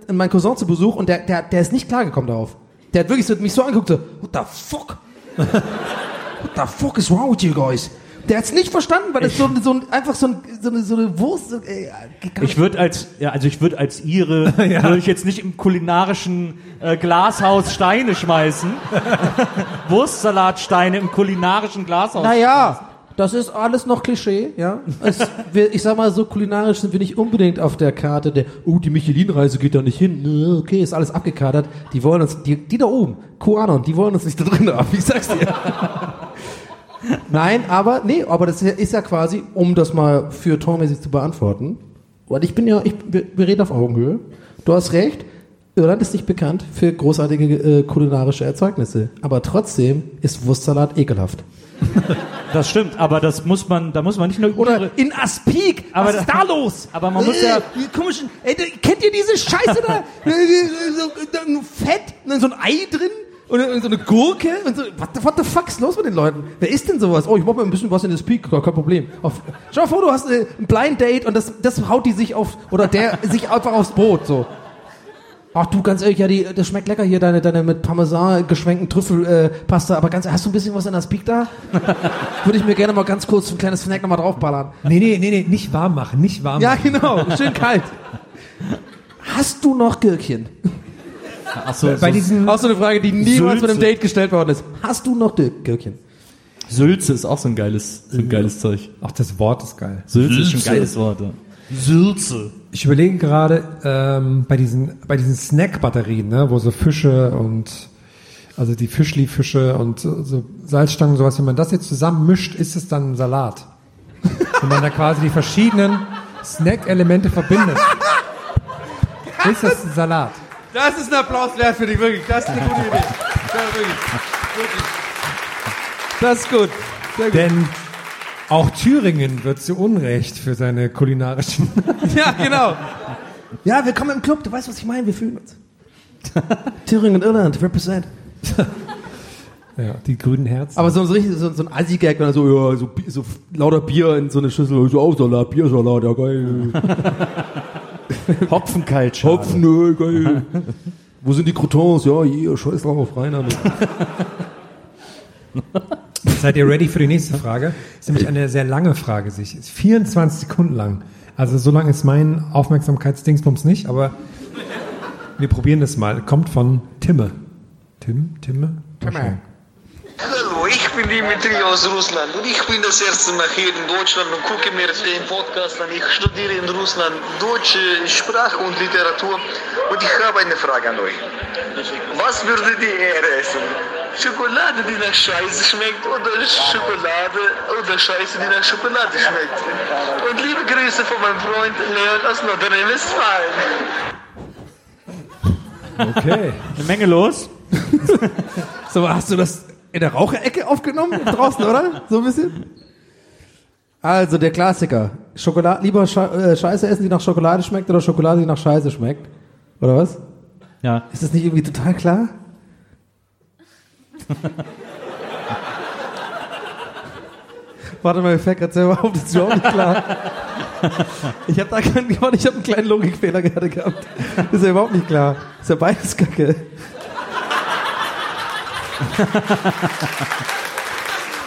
Speaker 2: äh, meinen Cousin zu Besuch und der, der, der ist nicht klargekommen darauf. Der hat wirklich so, mich so angeguckt, so, what the fuck? What the fuck is wrong with you guys? Der hat's nicht verstanden, weil das so, so ein, einfach so, ein, so, eine, so eine Wurst. so, Äh, geht gar
Speaker 1: Ich
Speaker 2: nicht.
Speaker 1: würde als, ja, also ich würde als Ihre, würde ich jetzt nicht im kulinarischen äh, Glashaus Steine schmeißen. Wurstsalatsteine im kulinarischen Glashaus.
Speaker 2: naja, das ist alles noch Klischee, ja. Es, wir, ich sag mal, so kulinarisch sind wir nicht unbedingt auf der Karte der, oh, die Michelin-Reise geht da nicht hin. Nö, Okay, ist alles abgekadert. Die wollen uns, die, die da oben, QAnon, die wollen uns nicht da drin haben, ich sag's dir. Nein, aber nee, aber das ist ja quasi, um das mal für tormäßig zu beantworten, weil ich bin ja, ich, wir, wir reden auf Augenhöhe. Du hast recht, Irland ist nicht bekannt für großartige äh, kulinarische Erzeugnisse, aber trotzdem ist Wurstsalat ekelhaft.
Speaker 1: Das stimmt, aber das muss man, da muss man nicht nur
Speaker 2: Oder
Speaker 1: Ihre-
Speaker 2: in Aspik,
Speaker 1: Aber
Speaker 2: was ist da
Speaker 1: da-
Speaker 2: los?
Speaker 1: aber man muss ja-
Speaker 2: die komischen, ey, da- kennt ihr diese Scheiße da? Äh, äh, so, äh, dann Fett, und dann so ein Ei drin und, dann so eine Gurke und so. What the, what the fuck ist los mit den Leuten? Wer ist denn sowas? Oh, ich mach mal ein bisschen was in Aspik, kein Problem. Auf, schau mal vor, du hast äh, ein Blind Date und das, das haut die sich auf, oder der sich einfach aufs Brot, so. Ach du, ganz ehrlich, ja, die, das schmeckt lecker hier, deine, deine mit Parmesan geschwenkten Trüffelpasta. aber ganz, hast du ein bisschen was in der Speak da? Würde ich mir gerne mal ganz kurz ein kleines Snack nochmal draufballern.
Speaker 3: Nee, nee, nee, nee, nicht warm machen, nicht warm
Speaker 2: Ja,
Speaker 3: machen.
Speaker 2: genau, schön kalt. Hast du noch Gürkchen?
Speaker 1: Ach so,
Speaker 3: Bei
Speaker 1: so
Speaker 3: diesen,
Speaker 2: Auch so eine Frage, die niemals
Speaker 1: Sülze.
Speaker 2: mit einem Date gestellt worden ist. Hast du noch Dür- Gürkchen?
Speaker 6: Sülze ist auch so ein geiles, so ein geiles Zeug.
Speaker 3: ach, das Wort ist geil.
Speaker 6: Sülze, ist schon ein geiles Wort. Ja.
Speaker 3: Ich überlege gerade ähm, bei diesen bei diesen Snack-Batterien, ne, wo so Fische und also die Fischli-Fische und so so Salzstangen und sowas, wenn man das jetzt zusammen mischt, ist es dann ein Salat. wenn man da quasi die verschiedenen Snack-Elemente verbindet, ist das ein Salat.
Speaker 2: Das ist ein Applaus wert für dich, wirklich. Das ist eine gute Idee. Das ist gut.
Speaker 3: Denn auch Thüringen wird zu Unrecht für seine kulinarischen.
Speaker 2: Ja, genau. Ja, willkommen im Club. Du weißt, was ich meine. Wir fühlen uns. Thüringen und Irland, represent.
Speaker 3: ja, die grünen Herzen.
Speaker 2: Aber so, so, richtig, so, so ein Assi-Gag, wenn er so, ja, so, Bi- so lauter Bier in so eine Schüssel, so oh, Salat, Biersalat, ja geil.
Speaker 1: Hopfenkaltscher.
Speaker 2: Hopfen, ja, geil. Wo sind die Croutons? Ja, hier, scheiß drauf, rein damit.
Speaker 3: Seid ihr ready für die nächste Frage? Ist nämlich eine sehr lange Frage, sich. Ist 24 Sekunden lang. Also so lang ist mein Aufmerksamkeitsdingsbums nicht, aber wir probieren das mal. Kommt von Timme. Tim, Timme? Timme.
Speaker 7: Hallo, ich bin Dimitri aus Russland und ich bin das erste Mal hier in Deutschland und gucke mir den Podcast an. Ich studiere in Russland deutsche Sprache und Literatur und ich habe eine Frage an euch. Was würdet ihr eher essen? Schokolade, die nach Scheiße schmeckt oder Schokolade oder Scheiße, die nach Schokolade schmeckt? Und liebe Grüße von meinem Freund Leon aus Nordrhein-Westfalen.
Speaker 3: Okay.
Speaker 1: Eine Menge los.
Speaker 2: So, hast du das in der Raucherecke aufgenommen? Draußen, oder? So ein bisschen? Also, der Klassiker. Schokolade, lieber Sche äh, Scheiße essen, die nach Schokolade schmeckt, oder Schokolade, die nach Scheiße schmeckt? Oder was?
Speaker 1: Ja.
Speaker 2: Ist das nicht irgendwie total klar? Warte mal, mir fällt gerade selber auf, das ist überhaupt nicht klar. Ich habe da keinen, ich habe einen kleinen Logikfehler gerade gehabt. Das ist ja überhaupt nicht klar. Das ist ja beides Kacke.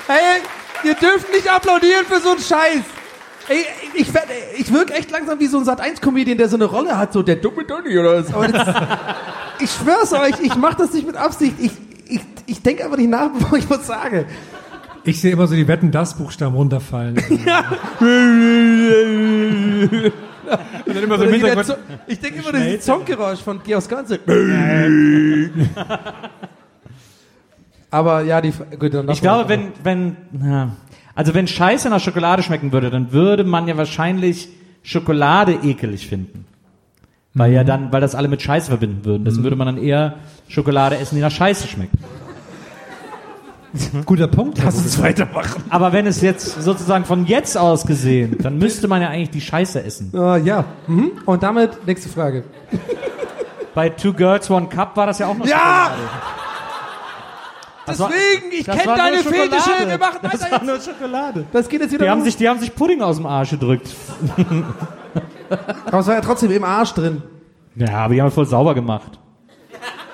Speaker 2: Hey, ihr dürft nicht applaudieren für so einen Scheiß. Ey, ich, werd- ich wirke echt langsam wie so ein Sat1-Comedian, der so eine Rolle hat, so der dumme Donny oder was. Aber das, ich schwör's euch, ich mach das nicht mit Absicht. Ich, ich, ich denke einfach nicht nach, bevor ich was sage.
Speaker 3: Ich sehe immer so die Wetten, das Buchstaben runterfallen.
Speaker 2: Und
Speaker 3: dann immer so im
Speaker 2: wieder
Speaker 3: Hintergrund-
Speaker 2: Zo- ich denke immer, das ist Zonggeräusch von Georg Ganze. Aber ja, die. Gut, dann
Speaker 1: Ich glaube, wenn, wenn, na, also wenn Scheiße nach Schokolade schmecken würde, dann würde man ja wahrscheinlich Schokolade ekelig finden. Weil ja dann, weil das alle mit Scheiße verbinden würden. Deswegen würde man dann eher Schokolade essen, die nach Scheiße schmeckt.
Speaker 3: Guter Punkt.
Speaker 1: Lass uns weitermachen. Aber wenn es jetzt sozusagen von jetzt aus gesehen, dann müsste man ja eigentlich die Scheiße essen.
Speaker 2: Äh, ja. Mhm. Und damit nächste Frage.
Speaker 1: Bei Two Girls One Cup war das ja auch noch
Speaker 2: Ja!
Speaker 1: Schokolade. Das war-
Speaker 2: Deswegen, ich
Speaker 1: das
Speaker 2: kenne
Speaker 1: war nur
Speaker 2: deine
Speaker 1: Schokolade.
Speaker 2: Fetische, wir machen
Speaker 1: Das
Speaker 2: weiter
Speaker 1: war
Speaker 2: jetzt.
Speaker 1: nur Schokolade.
Speaker 2: Das geht jetzt wieder
Speaker 1: Die haben
Speaker 2: los.
Speaker 1: sich, die haben sich Pudding aus dem Arsch gedrückt.
Speaker 2: Aber es war ja trotzdem im Arsch drin.
Speaker 1: Ja, aber die haben voll sauber gemacht.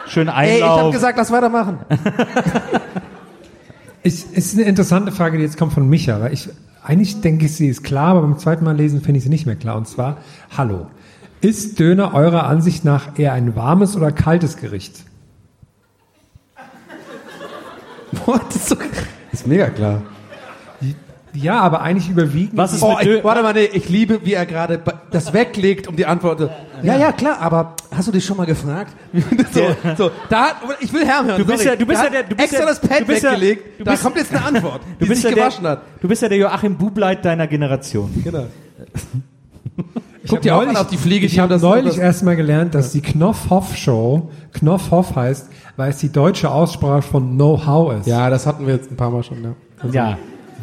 Speaker 1: Schön
Speaker 2: Ey, ich hab
Speaker 1: Einlauf.
Speaker 2: gesagt, lass weitermachen.
Speaker 3: Ich, es ist eine interessante Frage, die jetzt kommt von Micha, weil ich eigentlich denke ich, sie ist klar, aber beim zweiten Mal lesen finde ich sie nicht mehr klar. Und zwar, hallo. Ist Döner eurer Ansicht nach eher ein warmes oder kaltes Gericht?
Speaker 2: Boah, das ist, so, ist mega klar.
Speaker 3: Ja, aber eigentlich überwiegend.
Speaker 1: Was ist
Speaker 2: Oh,
Speaker 1: mit
Speaker 2: ich,
Speaker 1: Dö
Speaker 2: warte mal, nee, ich liebe, wie er gerade ba- das weglegt, um die Antwort. so, Ja, ja, klar, aber hast du dich schon mal gefragt? so, so, da, ich will Herrn hören.
Speaker 1: Du bist
Speaker 2: sorry.
Speaker 1: ja- du bist
Speaker 2: da
Speaker 1: ja der- du bist
Speaker 2: extra
Speaker 1: ja-
Speaker 2: das
Speaker 1: du
Speaker 2: Pad
Speaker 1: bist ja-
Speaker 2: weggelegt.
Speaker 1: du
Speaker 2: da
Speaker 1: bist-
Speaker 2: kommt jetzt eine Antwort, die
Speaker 1: Du bist,
Speaker 2: sich
Speaker 1: ja der,
Speaker 2: gewaschen hat.
Speaker 1: du bist ja der Joachim Bubleit deiner Generation.
Speaker 2: Genau.
Speaker 3: Guck
Speaker 2: dir auch an auf die Fliege,
Speaker 3: Ich
Speaker 2: die
Speaker 3: habe
Speaker 2: das-
Speaker 3: neulich
Speaker 2: das-
Speaker 3: erstmal gelernt, dass die Knopfhoff-Show Knopfhoff heißt, weil es die deutsche Aussprache von Know-how ist.
Speaker 2: Ja, das hatten wir jetzt ein paar Mal schon. Ja. Also
Speaker 1: Ja.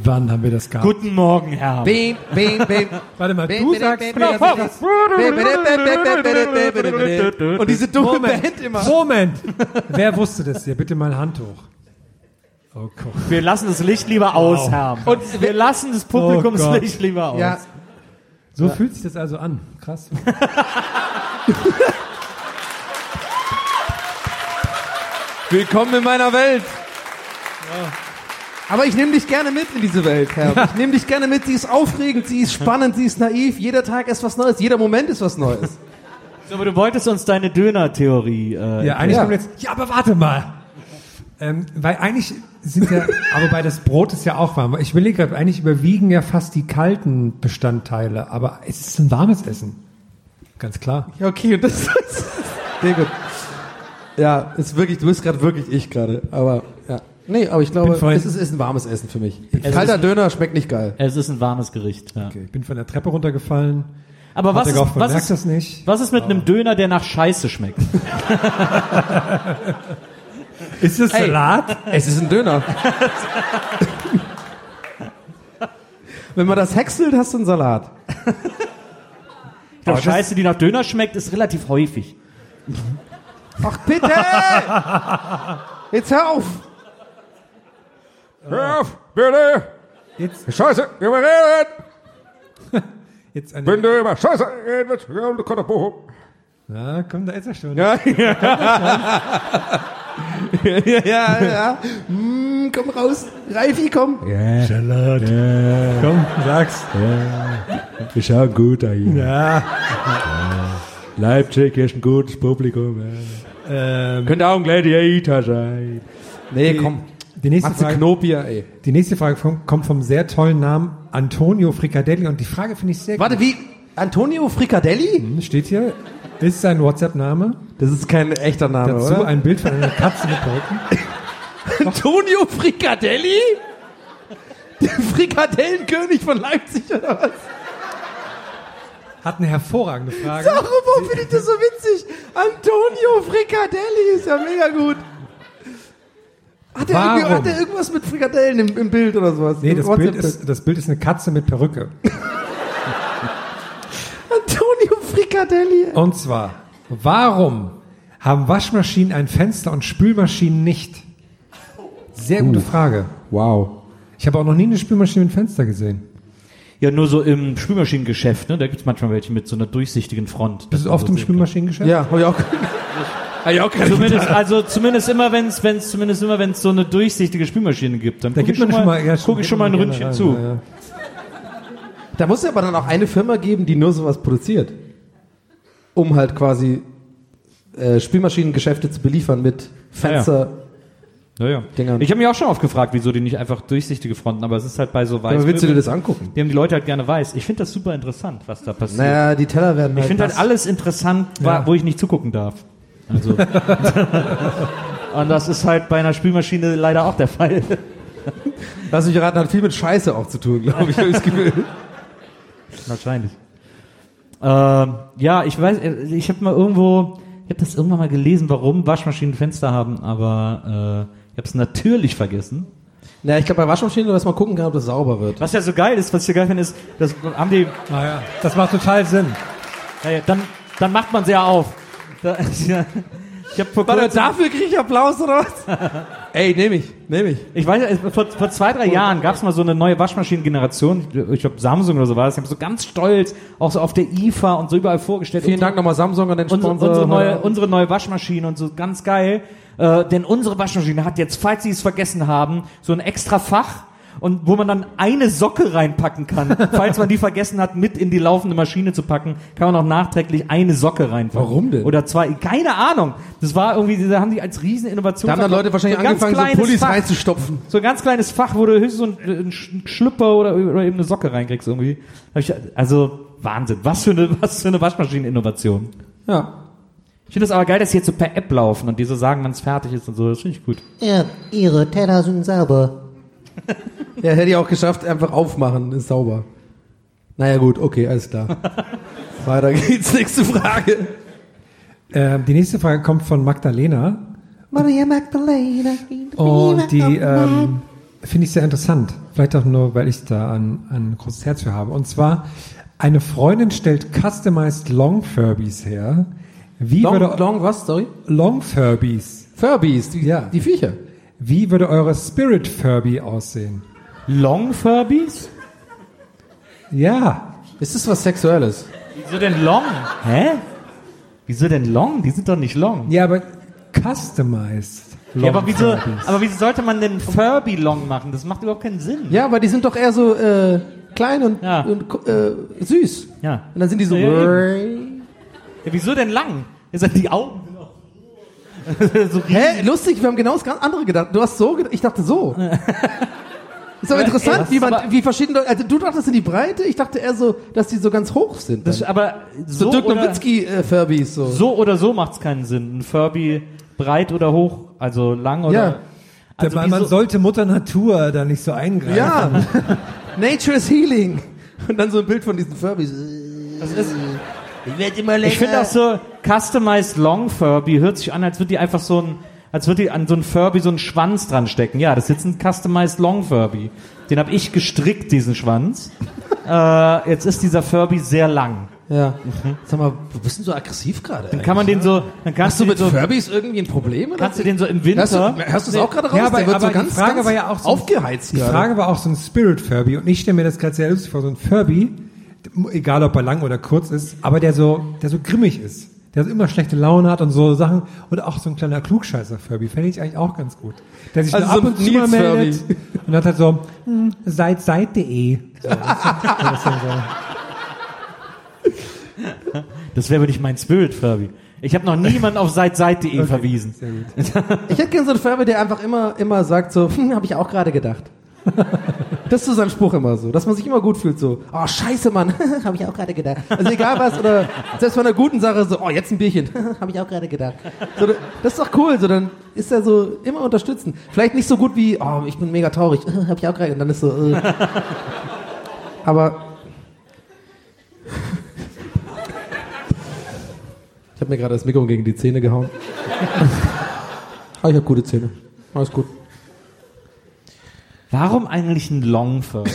Speaker 3: Wann haben wir das gehabt?
Speaker 1: Guten Morgen, Herr.
Speaker 2: Bing, bing, bing.
Speaker 3: Warte mal,
Speaker 2: Bing,
Speaker 3: du
Speaker 2: bing,
Speaker 3: sagst
Speaker 2: bing,
Speaker 3: mir,
Speaker 2: bing,
Speaker 3: dass ich
Speaker 2: bing, bing, bing, bing, bing, bing, bing, bing, bing. Und diese dumme Band immer.
Speaker 3: Moment! Wer wusste das hier? Bitte mal Hand hoch. Oh Gott.
Speaker 1: Wir lassen das Licht lieber
Speaker 2: Genau.
Speaker 1: aus, Herr. Und wir lassen das Publikum
Speaker 3: Oh
Speaker 1: das
Speaker 3: Gott.
Speaker 1: Licht lieber aus.
Speaker 2: Ja,
Speaker 3: So fühlt sich das also an. Krass.
Speaker 2: willkommen in meiner Welt. Aber ich nehme dich gerne mit in diese Welt, Herr. Ich nehme dich gerne mit. Sie ist aufregend, sie ist spannend, sie ist naiv. Jeder Tag ist was Neues, jeder Moment ist was Neues.
Speaker 1: So, aber du wolltest uns deine Döner-Theorie. Äh,
Speaker 3: Ja, eigentlich
Speaker 2: Ja.
Speaker 3: kommt jetzt, ja, aber warte mal. Ähm, weil eigentlich sind ja, aber wobei das Brot ist ja auch warm. Ich will gerade, eigentlich überwiegen ja fast die kalten Bestandteile, aber es ist ein warmes Essen. Ganz klar.
Speaker 2: Ja, okay, und das ist. Sehr gut. Ja, ist wirklich, du bist gerade wirklich ich gerade. Aber ja. Nee, aber ich glaube,
Speaker 3: Bin voll-
Speaker 2: es ist, ist ein warmes Essen für mich. Kalter Döner schmeckt nicht geil.
Speaker 1: Es ist ein warmes Gericht. Ja.
Speaker 3: Ich bin von der Treppe runtergefallen.
Speaker 1: Aber was
Speaker 3: Hat er
Speaker 1: ist,
Speaker 3: gehofft, man
Speaker 1: was,
Speaker 3: merkt
Speaker 1: ist,
Speaker 3: das nicht.
Speaker 1: was ist mit
Speaker 2: Ah.
Speaker 1: einem Döner, der nach Scheiße schmeckt?
Speaker 3: Ist das Salat?
Speaker 2: Es ist ein Döner. Wenn man das häckselt, hast du einen Salat.
Speaker 1: Ich glaub,
Speaker 3: Aber das-
Speaker 1: Scheiße, die nach Döner schmeckt, ist relativ häufig.
Speaker 2: Ach bitte! Jetzt hör auf! Hör auf, bitte!
Speaker 3: Jetzt,
Speaker 2: Scheiße, überredet!
Speaker 3: jetzt eine,
Speaker 2: du über Scheiße redest, du kannst Bochum.
Speaker 3: na, komm, da ist er schon.
Speaker 2: Ja, ja. ja, ja, ja. Mm, komm raus. Reifi, komm.
Speaker 3: Salat. Komm, sag's.
Speaker 4: Wir schauen gut dahin.
Speaker 3: Ja.
Speaker 4: Leipzig ist ein gutes Publikum.
Speaker 3: Ähm,
Speaker 4: Könnte auch ein Gladiator sein.
Speaker 2: Ehm. Nee, komm.
Speaker 3: die nächste
Speaker 2: Matze
Speaker 3: Frage.
Speaker 2: Knobier, ey.
Speaker 3: Die nächste Frage vom, kommt vom sehr tollen Namen Antonio Fricadelli und die Frage finde ich sehr gut.
Speaker 2: Warte, wie? Antonio Fricadelli?
Speaker 3: Steht hier, ist sein WhatsApp-Name,
Speaker 2: Das ist kein echter Name,
Speaker 3: dazu
Speaker 2: oder?
Speaker 3: ein Bild von einer Katze mit Balken.
Speaker 2: Antonio Fricadelli? Der Frikadellenkönig von Leipzig, oder was?
Speaker 3: Hat eine hervorragende Frage.
Speaker 2: Warum finde ich das so witzig? Antonio Fricadelli ist ja mega gut. Hat er,
Speaker 3: Warum?
Speaker 2: irgendwie, hat er irgendwas mit Frikadellen im, im Bild oder sowas?
Speaker 3: Nee,
Speaker 2: Im
Speaker 3: das
Speaker 2: WhatsApp-
Speaker 3: Bild, ist, das Bild ist eine Katze mit Perücke.
Speaker 2: Antonio Fricadelli.
Speaker 3: Und zwar, warum haben Waschmaschinen ein Fenster und Spülmaschinen nicht? Sehr gute Frage.
Speaker 2: Wow.
Speaker 3: Ich habe auch noch nie eine Spülmaschine mit Fenster gesehen.
Speaker 1: Ja, nur so im Spülmaschinengeschäft, ne? Da gibt's manchmal welche mit so einer durchsichtigen Front. Also
Speaker 3: Bist du oft im Spülmaschinengeschäft?
Speaker 2: Ja, habe ich auch.
Speaker 1: Hab ich auch zumindest, also zumindest immer, wenn es wenn's, zumindest immer, wenn es so eine durchsichtige Spülmaschine gibt, dann
Speaker 3: Da
Speaker 1: gucke ich
Speaker 3: gibt
Speaker 1: schon
Speaker 3: man
Speaker 1: mal,
Speaker 3: schon mal, ja,
Speaker 1: guck ich schon mal ein
Speaker 3: gibt man
Speaker 1: Ründchen
Speaker 3: gerne
Speaker 1: zu.
Speaker 3: rein, ja, ja.
Speaker 2: Da muss es aber dann auch eine Firma geben, die nur sowas produziert. Um halt quasi äh, Spielmaschinengeschäfte zu beliefern mit Fenster.
Speaker 1: Naja.
Speaker 2: Dingern.
Speaker 1: Ich habe mich auch schon oft gefragt, wieso die nicht einfach durchsichtige Fronten, aber es ist halt bei so weiß.
Speaker 2: Aber willst du dir das angucken?
Speaker 1: Die haben die Leute halt gerne weiß. Ich finde das super interessant, was da passiert.
Speaker 2: Naja, die Teller werden
Speaker 1: ich finde halt
Speaker 2: nass.
Speaker 1: alles interessant, wa-
Speaker 3: Ja.
Speaker 1: wo ich nicht zugucken darf. Also. Und das ist halt bei einer Spülmaschine leider auch der Fall.
Speaker 2: Lass mich raten, hat viel mit Scheiße auch zu tun, glaube ich. hab ich das Gefühl.
Speaker 1: Wahrscheinlich. Ähm, ja, ich weiß, äh, ich habe mal irgendwo, ich habe das irgendwann mal gelesen, warum Waschmaschinen Fenster haben, aber äh, ich habe es natürlich vergessen.
Speaker 2: naja, ich glaube, bei Waschmaschinen, dass man gucken kann, ob das sauber wird.
Speaker 1: Was ja so geil ist, was ich so geil finde, ist, das haben die,
Speaker 3: Ah, ja. Das macht total Sinn.
Speaker 1: naja, dann, dann macht man sie ja auf. Da, ja, ich habe vor
Speaker 2: Warte,
Speaker 1: kurzem,
Speaker 2: dafür kriege ich Applaus oder was? Ey, nehme ich, nehme ich.
Speaker 1: ich weiß, äh, vor, vor zwei, drei Jahren gab es mal so eine neue Waschmaschinengeneration, ich glaube Samsung oder so war das, die haben so ganz stolz auch so auf der IFA und so überall vorgestellt.
Speaker 2: Vielen
Speaker 1: Unsere-
Speaker 2: Dank nochmal Samsung an den
Speaker 1: unsere,
Speaker 2: Sponsor. ne?
Speaker 1: unsere, neue, unsere neue Waschmaschine und so, ganz geil. Äh, denn unsere Waschmaschine hat jetzt, falls Sie es vergessen haben, so ein extra Fach, und wo man dann eine Socke reinpacken kann. falls man die vergessen hat, mit in die laufende Maschine zu packen, kann man auch nachträglich eine Socke reinpacken.
Speaker 2: Warum denn?
Speaker 1: Oder zwei, keine Ahnung. Das war irgendwie, da haben die als Rieseninnovation.
Speaker 2: da haben dann
Speaker 1: verkauft.
Speaker 2: Leute wahrscheinlich
Speaker 1: So ein ganz
Speaker 2: angefangen, so
Speaker 1: kleines
Speaker 2: Pullis
Speaker 1: Fach.
Speaker 2: reinzustopfen.
Speaker 1: So ein ganz kleines Fach, wo du höchstens so ein, ein Sch- ein Schlüpper oder, oder eben eine Socke reinkriegst irgendwie. Hab ich- Also, Wahnsinn. Was für eine, was für eine Waschmaschineninnovation.
Speaker 2: Ja.
Speaker 1: Ich finde es aber geil, dass sie jetzt so per App laufen und die so sagen, wann es fertig ist und so. Das finde ich gut.
Speaker 8: Ja, ihre Teller sind sauber.
Speaker 2: Ja, hätte ich auch geschafft, einfach aufmachen, ist sauber. Naja, gut, okay, alles klar. Weiter geht's, nächste Frage.
Speaker 3: Ähm, die nächste Frage kommt von Magdalena.
Speaker 8: Maria Magdalena.
Speaker 3: Und die ähm, finde ich sehr interessant. Vielleicht auch nur, weil ich da ein, ein großes Herz für habe. Und zwar, eine Freundin stellt customized Long Furbies her. Wie würde,
Speaker 2: Long, long was, sorry?
Speaker 3: Long Furbies.
Speaker 2: Furbies, die,
Speaker 3: Ja.
Speaker 2: die Viecher.
Speaker 3: Wie würde eure Spirit Furby aussehen?
Speaker 1: Long Furbies?
Speaker 3: Ja.
Speaker 2: Ist das was Sexuelles?
Speaker 1: Wieso denn long? Hä? Wieso denn long? Die sind doch nicht long.
Speaker 3: Ja, aber customized. Long
Speaker 1: ja, aber wieso,
Speaker 3: Furbies.
Speaker 1: aber wieso sollte man denn Furby long machen? Das macht überhaupt keinen Sinn.
Speaker 2: Ja, aber die sind doch eher so äh, klein und,
Speaker 1: Ja.
Speaker 2: und äh, süß.
Speaker 1: Ja.
Speaker 2: Und dann sind die so.
Speaker 1: Ja, ja, Ja, wieso denn lang? Ist halt die Augen. so riesig.
Speaker 2: Hä? Lustig, wir haben genau das ganz andere gedacht. Du hast so gedacht, ich dachte so. Ist aber interessant,
Speaker 1: ey,
Speaker 2: wie man,
Speaker 1: aber-
Speaker 2: wie verschiedene Leute, also du dachtest in die Breite, ich dachte eher so, dass die so ganz hoch sind.
Speaker 1: Das,
Speaker 2: dann.
Speaker 1: aber
Speaker 2: so
Speaker 1: so,
Speaker 2: Dirk
Speaker 1: oder,
Speaker 2: Nowitzki äh, Furbies so.
Speaker 1: so oder so macht es keinen Sinn. Ein Furby breit oder hoch, also lang oder.
Speaker 2: Ja.
Speaker 1: Also
Speaker 3: Weil man
Speaker 1: wieso-
Speaker 3: sollte Mutter Natur da nicht so eingreifen.
Speaker 2: Ja. Nature is healing. Und dann so ein Bild von diesen Furbies.
Speaker 1: Das ist,
Speaker 8: Ich werde immer länger.
Speaker 1: Ich finde auch so Customized Long Furby hört sich an, als würde die einfach so ein, als würde die an so ein Furby so einen Schwanz dran stecken. Ja, das ist jetzt ein Customized Long Furby. Den habe ich gestrickt, diesen Schwanz. äh, jetzt ist dieser Furby sehr lang.
Speaker 2: Ja. Sag mal, du bist denn so aggressiv gerade?
Speaker 1: Dann kann man Mhm. den so, dann kannst
Speaker 2: Hast du mit
Speaker 1: den so,
Speaker 2: Furbies irgendwie ein Problem? Oder?
Speaker 1: kannst du den so im
Speaker 2: Hörst du,
Speaker 1: Winter.
Speaker 2: hörst du es auch gerade raus?
Speaker 3: Ja, aber,
Speaker 2: Der wird
Speaker 3: aber
Speaker 2: so ganz,
Speaker 3: die Frage
Speaker 2: ganz
Speaker 3: war ja auch so
Speaker 2: aufgeheizt.
Speaker 3: Die
Speaker 2: gerade.
Speaker 3: Frage war auch so ein Spirit Furby und ich stelle mir das gerade sehr lustig vor, so ein Furby, egal ob er lang oder kurz ist, aber der so, der so grimmig ist, der so immer schlechte Laune hat und so Sachen und auch so ein kleiner Klugscheißer Furby, fände ich eigentlich auch ganz gut. Der sich
Speaker 2: Also
Speaker 3: nur ab
Speaker 2: so ein
Speaker 3: und zu mal
Speaker 2: Nils Furby.
Speaker 3: meldet und hat halt so, hm, seit, seit.de. So, das ist dann so.
Speaker 1: Das wäre wirklich mein Spirit Furby. Ich habe noch niemanden auf seitseite.de verwiesen.
Speaker 2: Ich hätte gerne so einen Furby, der einfach immer, immer sagt so, hm, hab ich auch gerade gedacht. das ist so sein Spruch immer so, dass man sich immer gut fühlt so. Oh, scheiße, Mann, hab ich auch gerade gedacht. Also egal was oder selbst bei einer guten Sache so, oh, jetzt ein Bierchen, hab ich auch gerade gedacht. So, das ist doch cool, so dann ist er so immer unterstützen. Vielleicht nicht so gut wie, oh, ich bin mega traurig, hab ich auch gerade und dann ist so äh. Aber Ich habe mir gerade das Mikro gegen die Zähne gehauen. Aber ich habe gute Zähne. Alles gut.
Speaker 1: Warum eigentlich ein Long Furby?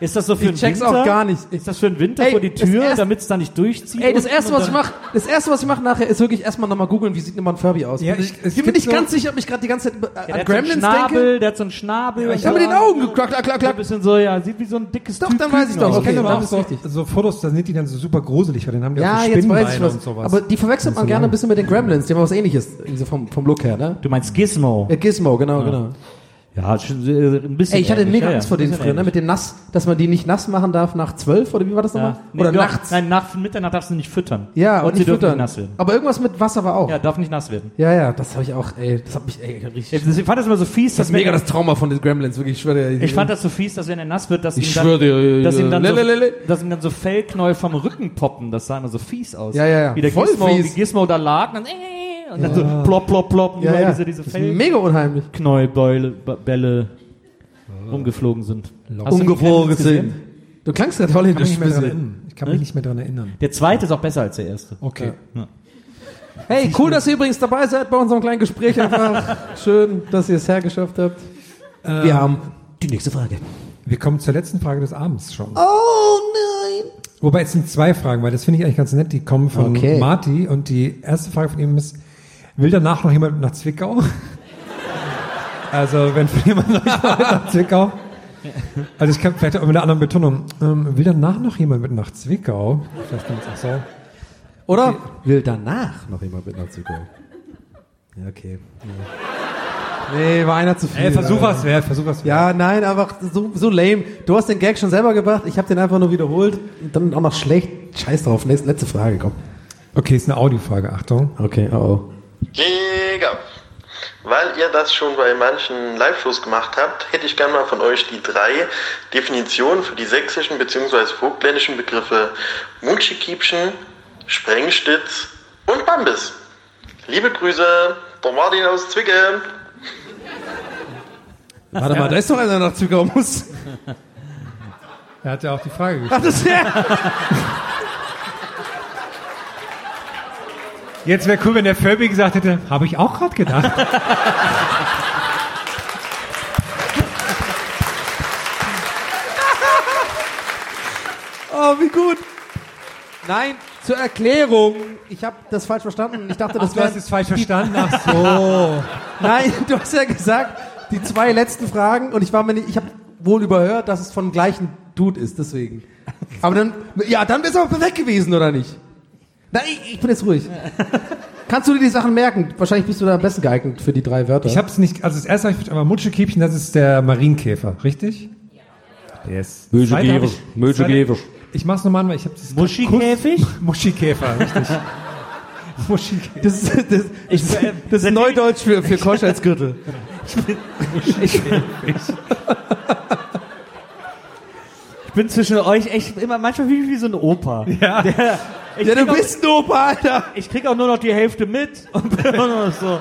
Speaker 1: Ist das so für
Speaker 2: Ich
Speaker 1: den
Speaker 2: check's auch
Speaker 1: Winter?
Speaker 2: gar nicht.
Speaker 1: Ist das für den Winter
Speaker 2: Ey,
Speaker 1: vor die
Speaker 2: das
Speaker 1: Tür,
Speaker 2: erste-
Speaker 1: damit es da nicht durchzieht?
Speaker 2: Ey, das
Speaker 1: unten
Speaker 2: erste,
Speaker 1: und
Speaker 2: was ich
Speaker 1: dann-
Speaker 2: mache, das erste, was ich mache nachher, ist wirklich erstmal nochmal googeln, wie sieht denn mal ein Furby aus.
Speaker 1: Ja,
Speaker 2: Bin
Speaker 1: ich-
Speaker 2: ich
Speaker 1: es
Speaker 2: ich bin mir
Speaker 1: gibt
Speaker 2: nicht
Speaker 1: so-
Speaker 2: ganz sicher, ob ich gerade die ganze Zeit
Speaker 1: Ja,
Speaker 2: an
Speaker 1: der hat so einen
Speaker 2: Gremlins
Speaker 1: Schnabel,
Speaker 2: denke.
Speaker 1: der hat so einen Schnabel.
Speaker 2: Ja, ich habe mit den Augen geguckt, klack, klack, klack.
Speaker 1: Ein bisschen so, ja, sieht wie so ein dickes Doch,
Speaker 2: dann weiß ich
Speaker 3: ich
Speaker 2: doch.
Speaker 3: kenne aber
Speaker 2: dann
Speaker 3: auch
Speaker 2: ist
Speaker 3: so,
Speaker 2: richtig.
Speaker 3: so Fotos, da sind die dann so super gruselig, weil dann haben die auch
Speaker 2: Ja,
Speaker 3: so
Speaker 2: jetzt weiß ich
Speaker 3: Spinnenbeine
Speaker 2: was.
Speaker 3: und sowas.
Speaker 2: Aber die verwechselt man
Speaker 3: So
Speaker 2: gerne ein
Speaker 3: lang.
Speaker 2: bisschen mit den Gremlins, die haben was ähnliches, irgendwie so vom, vom Look her, ne?
Speaker 1: Du meinst Gizmo?
Speaker 2: Ja, Gizmo, genau,
Speaker 1: Ja.
Speaker 2: genau.
Speaker 1: Ja, schon, äh, ein bisschen.
Speaker 2: Ey, ich hatte
Speaker 1: ähnlich,
Speaker 2: mega
Speaker 1: ja,
Speaker 2: Angst
Speaker 1: ja,
Speaker 2: vor denen
Speaker 1: bisschen
Speaker 2: früher, ne? Mit dem nass, dass man die nicht nass machen darf nach zwölf oder wie war das
Speaker 1: ähnlich.
Speaker 2: nochmal?
Speaker 1: Ja. Nee,
Speaker 2: oder
Speaker 1: doch,
Speaker 2: nachts.
Speaker 1: Nein, nach Mitternacht darfst du nicht füttern.
Speaker 2: Ja, und,
Speaker 1: und sie
Speaker 2: nicht
Speaker 1: dürfen
Speaker 2: füttern.
Speaker 1: nicht nass werden.
Speaker 2: Aber irgendwas mit Wasser war auch.
Speaker 1: Ja, darf nicht nass werden.
Speaker 2: Ja, ja, das habe ich auch, ey, das hat mich, ey, ich hab richtig.
Speaker 1: Ich fand das immer so fies,
Speaker 2: Das ist mega das Trauma von den Gremlins, wirklich, ich schwöre dir.
Speaker 1: Ich fand das so fies, dass wenn er nass wird, dass
Speaker 2: Ich
Speaker 1: ihm dann,
Speaker 2: schwöre dir, äh,
Speaker 1: dass ihm dann, so,
Speaker 2: lelelele.
Speaker 1: dass ihm dann so Fellknäuel vom Rücken poppen. Das sah immer so fies aus.
Speaker 2: Ja, ja, ja.
Speaker 1: Wie der
Speaker 2: Voll
Speaker 1: Gizmo,
Speaker 2: fies.
Speaker 1: wie Gizmo da lag und dann, äh, und dann so plopp, plopp, plopp. und
Speaker 2: Ja,
Speaker 1: überall
Speaker 2: ja.
Speaker 1: Diese, diese
Speaker 2: Das ist mega unheimlich.
Speaker 1: Fellknäuelbälle Bälle rumgeflogen sind. Hast du die
Speaker 2: Umgebogen
Speaker 1: Gremlins
Speaker 2: sind. Du klangst gerade
Speaker 3: Ich kann mich
Speaker 2: holländisch
Speaker 3: nicht
Speaker 2: ein
Speaker 3: mehr dran
Speaker 2: bisschen.
Speaker 3: erinnern. Ich kann mich nicht mehr dran erinnern.
Speaker 1: Der zweite ist auch besser als der erste.
Speaker 3: Okay.
Speaker 2: Hey, cool, dass ihr übrigens dabei seid bei unserem kleinen Gespräch einfach. Schön, dass ihr es hergeschafft habt. Wir haben die nächste Frage.
Speaker 3: Wir kommen zur letzten Frage des Abends schon.
Speaker 8: Oh nein.
Speaker 3: Wobei es sind zwei Fragen, weil das finde ich eigentlich ganz nett. Die kommen von
Speaker 2: Okay.
Speaker 3: Marti und die erste Frage von ihm ist: Will danach noch jemand nach Zwickau? also wenn von jemand noch jemand nach Zwickau. Also ich kann vielleicht auch mit einer anderen Betonung. Ähm, will danach noch jemand mit nach Zwickau? Vielleicht kann man es auch so.
Speaker 2: Oder? Will danach noch jemand mit nach Zwickau? Ja, okay. Nee, war einer zu viel.
Speaker 3: Ey, versuch was wert, versuch was wert.
Speaker 2: Ja, nein, einfach so, so lame. Du hast den Gag schon selber gebracht, ich habe den einfach nur wiederholt. Und dann auch noch schlecht. Scheiß drauf, nächste, letzte Frage, komm.
Speaker 3: Okay, ist eine Audiofrage, Achtung.
Speaker 2: Okay, oh oh.
Speaker 5: Mega. Weil ihr das schon bei manchen Live-Shows gemacht habt, hätte ich gerne mal von euch die drei Definitionen für die sächsischen bzw. vogtländischen Begriffe Mundschikiebchen, Sprengstitz und Bambis. Liebe Grüße, der Martin aus Zwicke.
Speaker 2: Warte mal, da ist doch einer, der nach Zwickau muss.
Speaker 3: Er hat ja auch die Frage
Speaker 2: Ach,
Speaker 3: gestellt.
Speaker 2: das ist ja.
Speaker 3: Jetzt wäre cool, wenn der Furby gesagt hätte, habe ich auch gerade gedacht.
Speaker 2: Oh, wie gut. Nein, zur Erklärung. Ich habe das falsch verstanden. Ich dachte, das
Speaker 3: du hast
Speaker 2: wäre.
Speaker 3: es falsch verstanden. Ach so.
Speaker 2: Nein, du hast ja gesagt, die zwei letzten Fragen und ich war mir nicht. Ich habe wohl überhört, dass es von dem gleichen Dude ist, deswegen. Aber dann. Ja, dann wär's aber weg gewesen, oder nicht? Nein, ich, ich bin jetzt ruhig. Kannst du dir die Sachen merken? Wahrscheinlich bist du da am besten geeignet für die drei Wörter.
Speaker 3: Ich hab's nicht, also das erste habe ich verstanden, aber Mutschekäbchen, das ist der Marienkäfer, richtig? Yes.
Speaker 4: Möschekäfer, Möschekäfer.
Speaker 3: Möschekäfer. Ich mach's nochmal an, weil ich hab das.
Speaker 1: Muschikäfig?
Speaker 3: Muschikäfer, richtig. Muschikäfer.
Speaker 2: das, ist- das, ich, das ist Neudeutsch für, für Kosch als Gürtel.
Speaker 1: Ich bin zwischen euch echt immer, manchmal fühle ich mich wie so ein Opa. Ja. Der, ich,
Speaker 2: Ja, du
Speaker 1: krieg
Speaker 2: bist ein Opa, Alter.
Speaker 1: auch, ich krieg auch nur noch die Hälfte mit und bin immer nur noch so.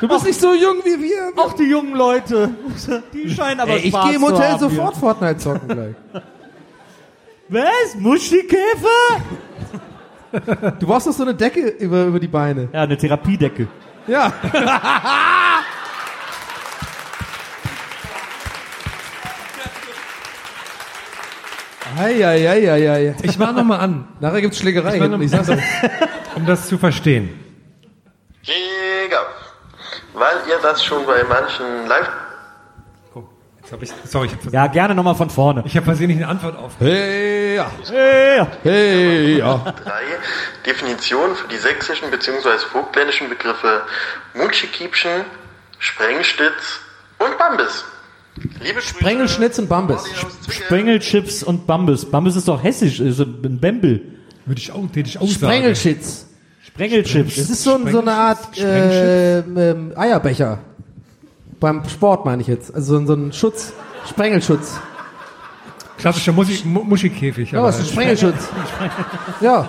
Speaker 2: Du bist nicht so jung wie wir.
Speaker 1: Auch die jungen Leute, die scheinen aber
Speaker 2: Ey, ich
Speaker 1: Spaß
Speaker 2: gehe im
Speaker 1: zu
Speaker 2: Hotel
Speaker 1: haben
Speaker 2: sofort Fortnite zocken gleich.
Speaker 1: Hier. Was? Muschikäfer?
Speaker 2: Du brauchst doch so eine Decke über, über die Beine.
Speaker 1: Ja, eine Therapiedecke.
Speaker 2: Ja. Eieieiei.
Speaker 3: Ich mach nochmal an,
Speaker 2: Nachher gibt's Schlägerei.
Speaker 3: Ich
Speaker 2: Ich,
Speaker 3: meine-
Speaker 2: hinten, ich sag's euch.
Speaker 3: um das zu verstehen.
Speaker 5: Mega. Weil ihr das schon bei manchen Live...
Speaker 3: Oh, jetzt hab ich, sorry, ich hab, vers-
Speaker 1: Ja, gerne nochmal von vorne.
Speaker 3: ich hab versehentlich eine Antwort auf.
Speaker 2: Hey, ja.
Speaker 1: Hey,
Speaker 2: Hey, ja.
Speaker 5: drei Definitionen für die sächsischen bzw. vogtländischen Begriffe Mundschikiebchen, Sprengstitz und Bambis. Liebe
Speaker 2: Sprengelschnitz und Bambis.
Speaker 1: Sprengelchips und Bambus. Bambus ist doch hessisch, ist ein Bembel.
Speaker 3: Würde ich auch, hätte ich auch sagen.
Speaker 2: Sprengelschitz. Das
Speaker 1: Sprengelchips.
Speaker 2: ist so, ein- so eine Art äh, ähm, Eierbecher. Beim Sport meine ich jetzt. Also so ein, so ein Schutz. Sprengelschutz.
Speaker 3: Klassischer Muschi, Mu- Muschikäfig.
Speaker 2: Ja,
Speaker 1: Genau.
Speaker 3: aber-
Speaker 2: was ist ein Sprengelschutz? ja.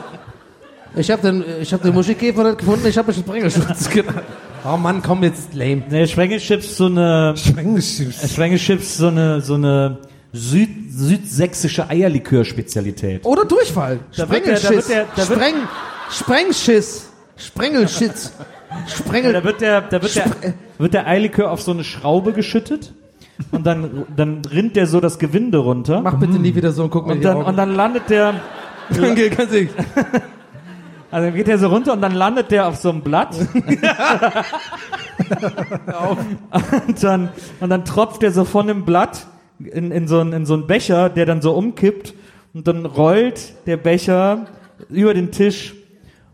Speaker 2: Ich habe den, ich hab den Muschelkäfer nicht gefunden, ich habe mich einen Sprengelschutz
Speaker 1: Genau.
Speaker 2: genannt. Oh Mann, komm jetzt, lame.
Speaker 1: Nee, Sprengelchips, so eine,
Speaker 3: Sprengelschutz.
Speaker 1: Sprengelchips, so eine, so eine Süd, südsächsische Eierlikör-Spezialität.
Speaker 2: Oder Durchfall.
Speaker 1: Da wird der- da
Speaker 2: Sprengelschiss.
Speaker 1: wird der- da wird-
Speaker 2: Spreng, Sprengschiss. Sprengelschitz.
Speaker 1: Ja,
Speaker 2: Sprengel.
Speaker 1: da wird der, da wird der, wird der Eilikör auf so eine Schraube geschüttet und dann, dann rinnt der so das Gewinde runter.
Speaker 2: Mach bitte nie wieder so und guck mir
Speaker 1: und
Speaker 2: die
Speaker 1: dann,
Speaker 2: Augen.
Speaker 1: und dann landet der.
Speaker 2: Danke, ganz ehrlich.
Speaker 1: Also dann geht der so runter und dann landet der auf so einem Blatt. und, dann, und dann tropft der so von dem Blatt in, in, so einen, in so einen Becher, der dann so umkippt. Und dann rollt der Becher über den Tisch.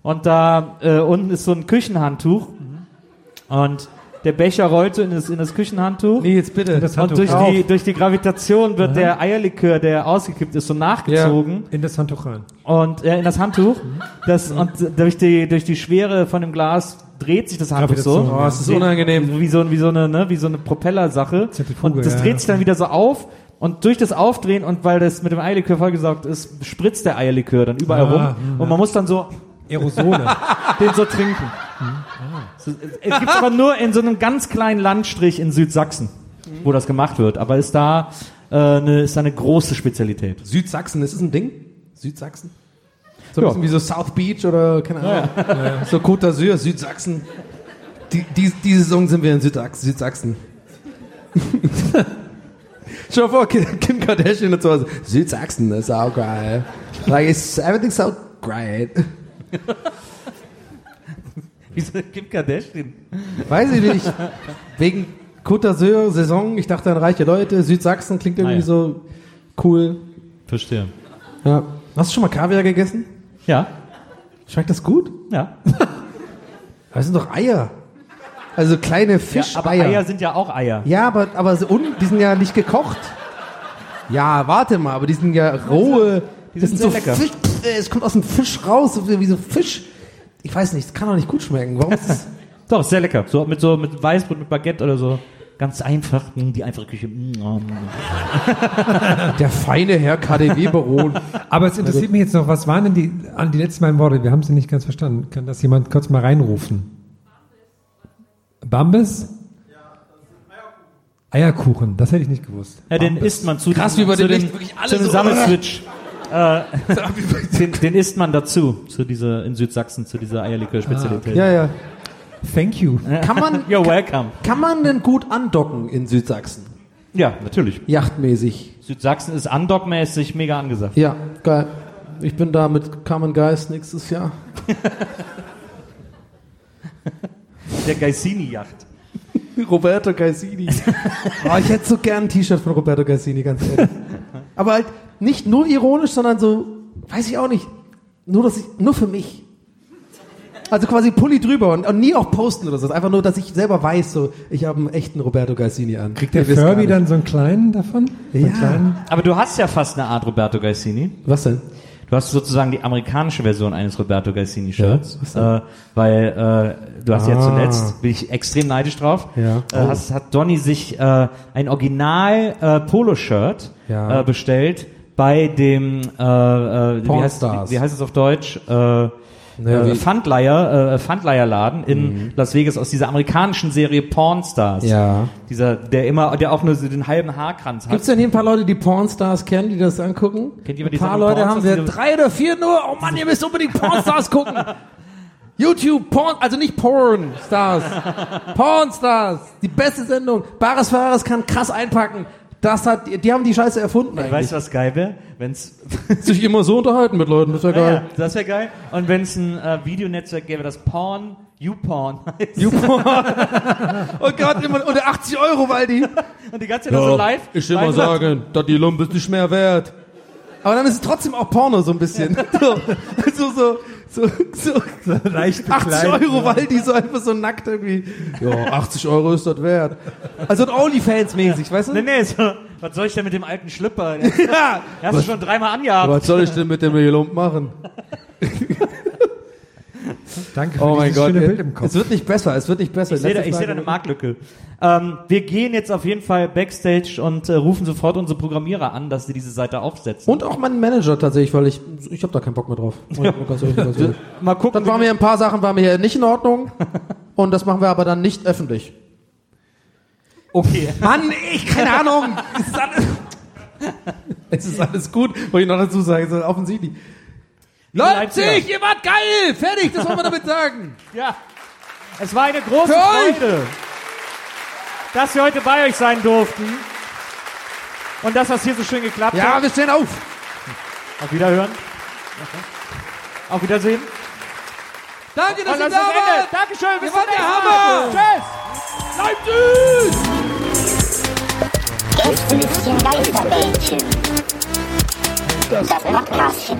Speaker 1: Und da äh, unten ist so ein Küchenhandtuch. Und der Becher rollt so in das, in das Küchenhandtuch.
Speaker 2: Nee, jetzt bitte. Das
Speaker 1: und
Speaker 2: Handtuch
Speaker 1: durch
Speaker 2: auf.
Speaker 1: die, durch die Gravitation wird der Eierlikör, der ausgekippt ist, so nachgezogen.
Speaker 3: In das Handtuch rein.
Speaker 1: Und äh, in das Handtuch. Das, und durch die, durch die Schwere von dem Glas dreht sich das Handtuch so.
Speaker 2: Gravitation, ja. Oh, es ist unangenehm.
Speaker 1: Wie so, wie so eine, ne, wie so eine Propellersache.
Speaker 3: Fuge,
Speaker 1: Und das
Speaker 3: ja.
Speaker 1: dreht sich dann wieder so auf. Und durch das Aufdrehen und weil das mit dem Eierlikör vollgesaugt ist, spritzt der Eierlikör dann überall
Speaker 3: Ah,
Speaker 1: rum.
Speaker 3: mhm.
Speaker 1: Und man muss dann so
Speaker 3: Aerosole.
Speaker 1: den so trinken. So, Es gibt aber nur in so einem ganz kleinen Landstrich in Südsachsen, wo das gemacht wird. Aber ist da, äh, eine, ist da eine große Spezialität.
Speaker 2: Südsachsen, ist das ein Ding? Südsachsen? So ein
Speaker 1: Ja.
Speaker 2: bisschen wie so South Beach oder keine Ahnung. So Côte d'Azur, Südsachsen. Die, die, diese Saison sind wir in Südachs- Südsachsen. Schau dir vor, Kim Kim Kardashian und sowas. Südsachsen ist auch geil. Like, it's, everything's so great.
Speaker 1: Wieso Kim Kardashian?
Speaker 2: Weiß ich nicht. Wegen Côte d'Azur, Saison, ich dachte an reiche Leute. Südsachsen klingt irgendwie
Speaker 1: Ah, ja.
Speaker 2: so cool.
Speaker 1: Verstehe.
Speaker 2: Ja. Hast du schon mal Kaviar gegessen?
Speaker 1: Ja,
Speaker 2: Schmeckt das gut?
Speaker 1: ja.
Speaker 2: Aber es sind doch Eier. Also kleine
Speaker 1: ja aber Eier.
Speaker 2: Fischeier.
Speaker 1: sind ja auch Eier.
Speaker 2: Ja, aber, aber so un, die sind ja nicht gekocht. Ja, warte mal, aber die sind ja rohe.
Speaker 1: Die
Speaker 2: das
Speaker 1: sind
Speaker 2: sind
Speaker 1: sehr
Speaker 2: so
Speaker 1: lecker.
Speaker 2: Fisch, äh, es kommt aus dem Fisch raus, so wie so Fisch. Ich weiß nicht, es kann doch nicht gut schmecken. Warum ist das?
Speaker 1: Doch, ist sehr lecker. So mit so mit Weißbrot mit Baguette oder so. Ganz einfach, mm, die einfache Küche. Mm, mm.
Speaker 2: Der feine Herr KDW-Baron.
Speaker 3: Aber es interessiert mich jetzt noch, was waren denn die, an die letzten beiden Worte? Wir haben sie nicht ganz verstanden. Kann das jemand kurz mal reinrufen? Bambis? Eierkuchen, das hätte ich nicht gewusst.
Speaker 1: Ja, den isst man zu
Speaker 2: Krass, wie bei
Speaker 1: zu
Speaker 2: dem
Speaker 1: dem,
Speaker 2: Licht wirklich alle
Speaker 1: zu dem
Speaker 2: so-
Speaker 1: Sammelswitch. äh, den, den isst man dazu, zu dieser, in Südsachsen, zu dieser Eierlikör-Spezialität.
Speaker 2: Ah. ja, ja.
Speaker 3: Thank you.
Speaker 2: Kann man,
Speaker 1: You're welcome.
Speaker 2: kann man denn gut andocken in Südsachsen?
Speaker 1: Ja, natürlich.
Speaker 2: Jachtmäßig.
Speaker 1: Südsachsen ist andockmäßig mega angesagt.
Speaker 2: Ja, geil. Ich bin da mit Carmen Geist nächstes Jahr.
Speaker 1: Der Geissini-Yacht.
Speaker 2: Roberto Gaisini. oh, ich hätte so gern ein T-Shirt von Roberto Gaisini, ganz ehrlich. Aber halt nicht nur ironisch, sondern so, weiß ich auch nicht. Nur, dass ich, nur für mich. Also quasi Pulli drüber und, und nie auch posten oder so. Einfach nur, dass ich selber weiß, so, ich habe einen echten Roberto Gaisini an.
Speaker 3: Kriegt der
Speaker 2: Ihr wisst gar
Speaker 3: Furby
Speaker 2: nicht.
Speaker 3: dann so einen kleinen davon? So einen
Speaker 2: Ja.
Speaker 3: kleinen?
Speaker 1: Aber du hast ja fast eine Art Roberto Gaisini.
Speaker 2: Was denn?
Speaker 1: Du hast sozusagen die amerikanische Version eines Roberto Gaisini-Shirts, äh, weil äh, du hast ja
Speaker 2: Ah.
Speaker 1: zuletzt, bin ich extrem neidisch drauf,
Speaker 2: Ja. Oh.
Speaker 1: äh, hast, hat Donny sich äh, ein Original äh, Polo-Shirt
Speaker 2: Ja.
Speaker 1: äh, bestellt bei dem, äh, äh, wie, heißt,
Speaker 2: Pornstars.
Speaker 1: wie, wie heißt es auf Deutsch? Äh,
Speaker 2: Naja,
Speaker 1: äh,
Speaker 2: wie- Mhm.
Speaker 1: Pfandleier, äh, Pfandleierladen in Las Vegas aus dieser amerikanischen Serie Pornstars.
Speaker 2: Ja.
Speaker 1: Dieser, der immer, der auch nur so den halben Haarkranz hat.
Speaker 2: Gibt's denn hier ein paar Leute, die Pornstars kennen, die das angucken?
Speaker 1: Kennt jemand
Speaker 2: ein
Speaker 1: die
Speaker 2: paar
Speaker 1: Sachen
Speaker 2: Leute haben
Speaker 1: Pornstars,
Speaker 2: wir,
Speaker 1: die-
Speaker 2: drei oder vier nur. Oh Mann, ihr müsst unbedingt Pornstars gucken. YouTube, Porn, also nicht Pornstars. Pornstars, die beste Sendung. Bares Ferraris kann krass einpacken. Das hat, die haben die Scheiße erfunden eigentlich.
Speaker 1: Weißt du, was geil wäre? Wenn's
Speaker 2: sich immer so unterhalten mit Leuten, Oh, das ist Ah, ja
Speaker 1: Ja, Äh, das wäre geil. Und wenn es ein äh, Videonetzwerk gäbe, das Porn, YouPorn heißt.
Speaker 2: Oh Gott, immer unter 80 Euro, Waldi.
Speaker 1: Und die ganze Zeit nur so live. live
Speaker 2: dass die Lump ist nicht mehr wert. Aber dann ist es trotzdem auch Porno so ein bisschen. So, so, so, so, so
Speaker 3: leicht
Speaker 2: 80
Speaker 3: bekleidet,
Speaker 2: Euro, weil die so einfach so nackt irgendwie. Ja, 80 Euro ist das wert. Also ein Onlyfans-mäßig, weißt du?
Speaker 1: Nee, nee, so, was soll ich denn mit dem alten Schlipper? Den
Speaker 2: Ja.
Speaker 1: hast du schon dreimal angehabt.
Speaker 2: Was soll ich denn mit dem Lump machen?
Speaker 3: Danke für
Speaker 2: Oh mein
Speaker 3: dieses
Speaker 2: Gott.
Speaker 3: schöne Bild im Kopf.
Speaker 2: Es wird nicht besser, es wird nicht besser.
Speaker 1: Ich sehe da,
Speaker 2: Letzte
Speaker 1: ich seh
Speaker 2: Frage.
Speaker 1: da eine Marktlücke. Ähm, wir gehen jetzt auf jeden Fall Backstage und äh, rufen sofort unsere Programmierer an, dass sie diese Seite aufsetzen.
Speaker 2: Und auch meinen Manager tatsächlich, weil ich, ich habe da keinen Bock mehr drauf. Oh, Ganz ehrlich, ganz ehrlich.
Speaker 1: Mal gucken.
Speaker 2: Dann waren
Speaker 1: wie-
Speaker 2: mir ein paar Sachen waren mir hier nicht in Ordnung. Und das machen wir aber dann nicht öffentlich.
Speaker 1: okay.
Speaker 2: Mann, ich, keine Ahnung. Es ist alles, es ist alles gut, wollte ich noch dazu sagen, es ist offensichtlich.
Speaker 1: Leipziger.
Speaker 2: Leipzig, ihr wart geil! Fertig, das wollen wir damit sagen.
Speaker 1: Ja. Es war eine große
Speaker 2: Für euch.
Speaker 1: Freude, dass wir heute bei euch sein durften. Und das, was hier so schön geklappt hat.
Speaker 2: Ja, wir stehen auf.
Speaker 1: Auf Wiederhören. Auf Wiedersehen.
Speaker 2: Danke, dass
Speaker 1: Und
Speaker 2: ihr
Speaker 1: das
Speaker 2: da
Speaker 1: ist das Ende.
Speaker 2: wart.
Speaker 1: Dankeschön.
Speaker 2: Ihr
Speaker 1: Bis
Speaker 2: wart
Speaker 1: zum
Speaker 2: der
Speaker 1: nächsten
Speaker 2: Hammer.
Speaker 1: Mal.
Speaker 4: Leipzig!
Speaker 9: Gästelistchen
Speaker 1: Tschüss.
Speaker 9: Geisterbändchen. Das Podcastchen.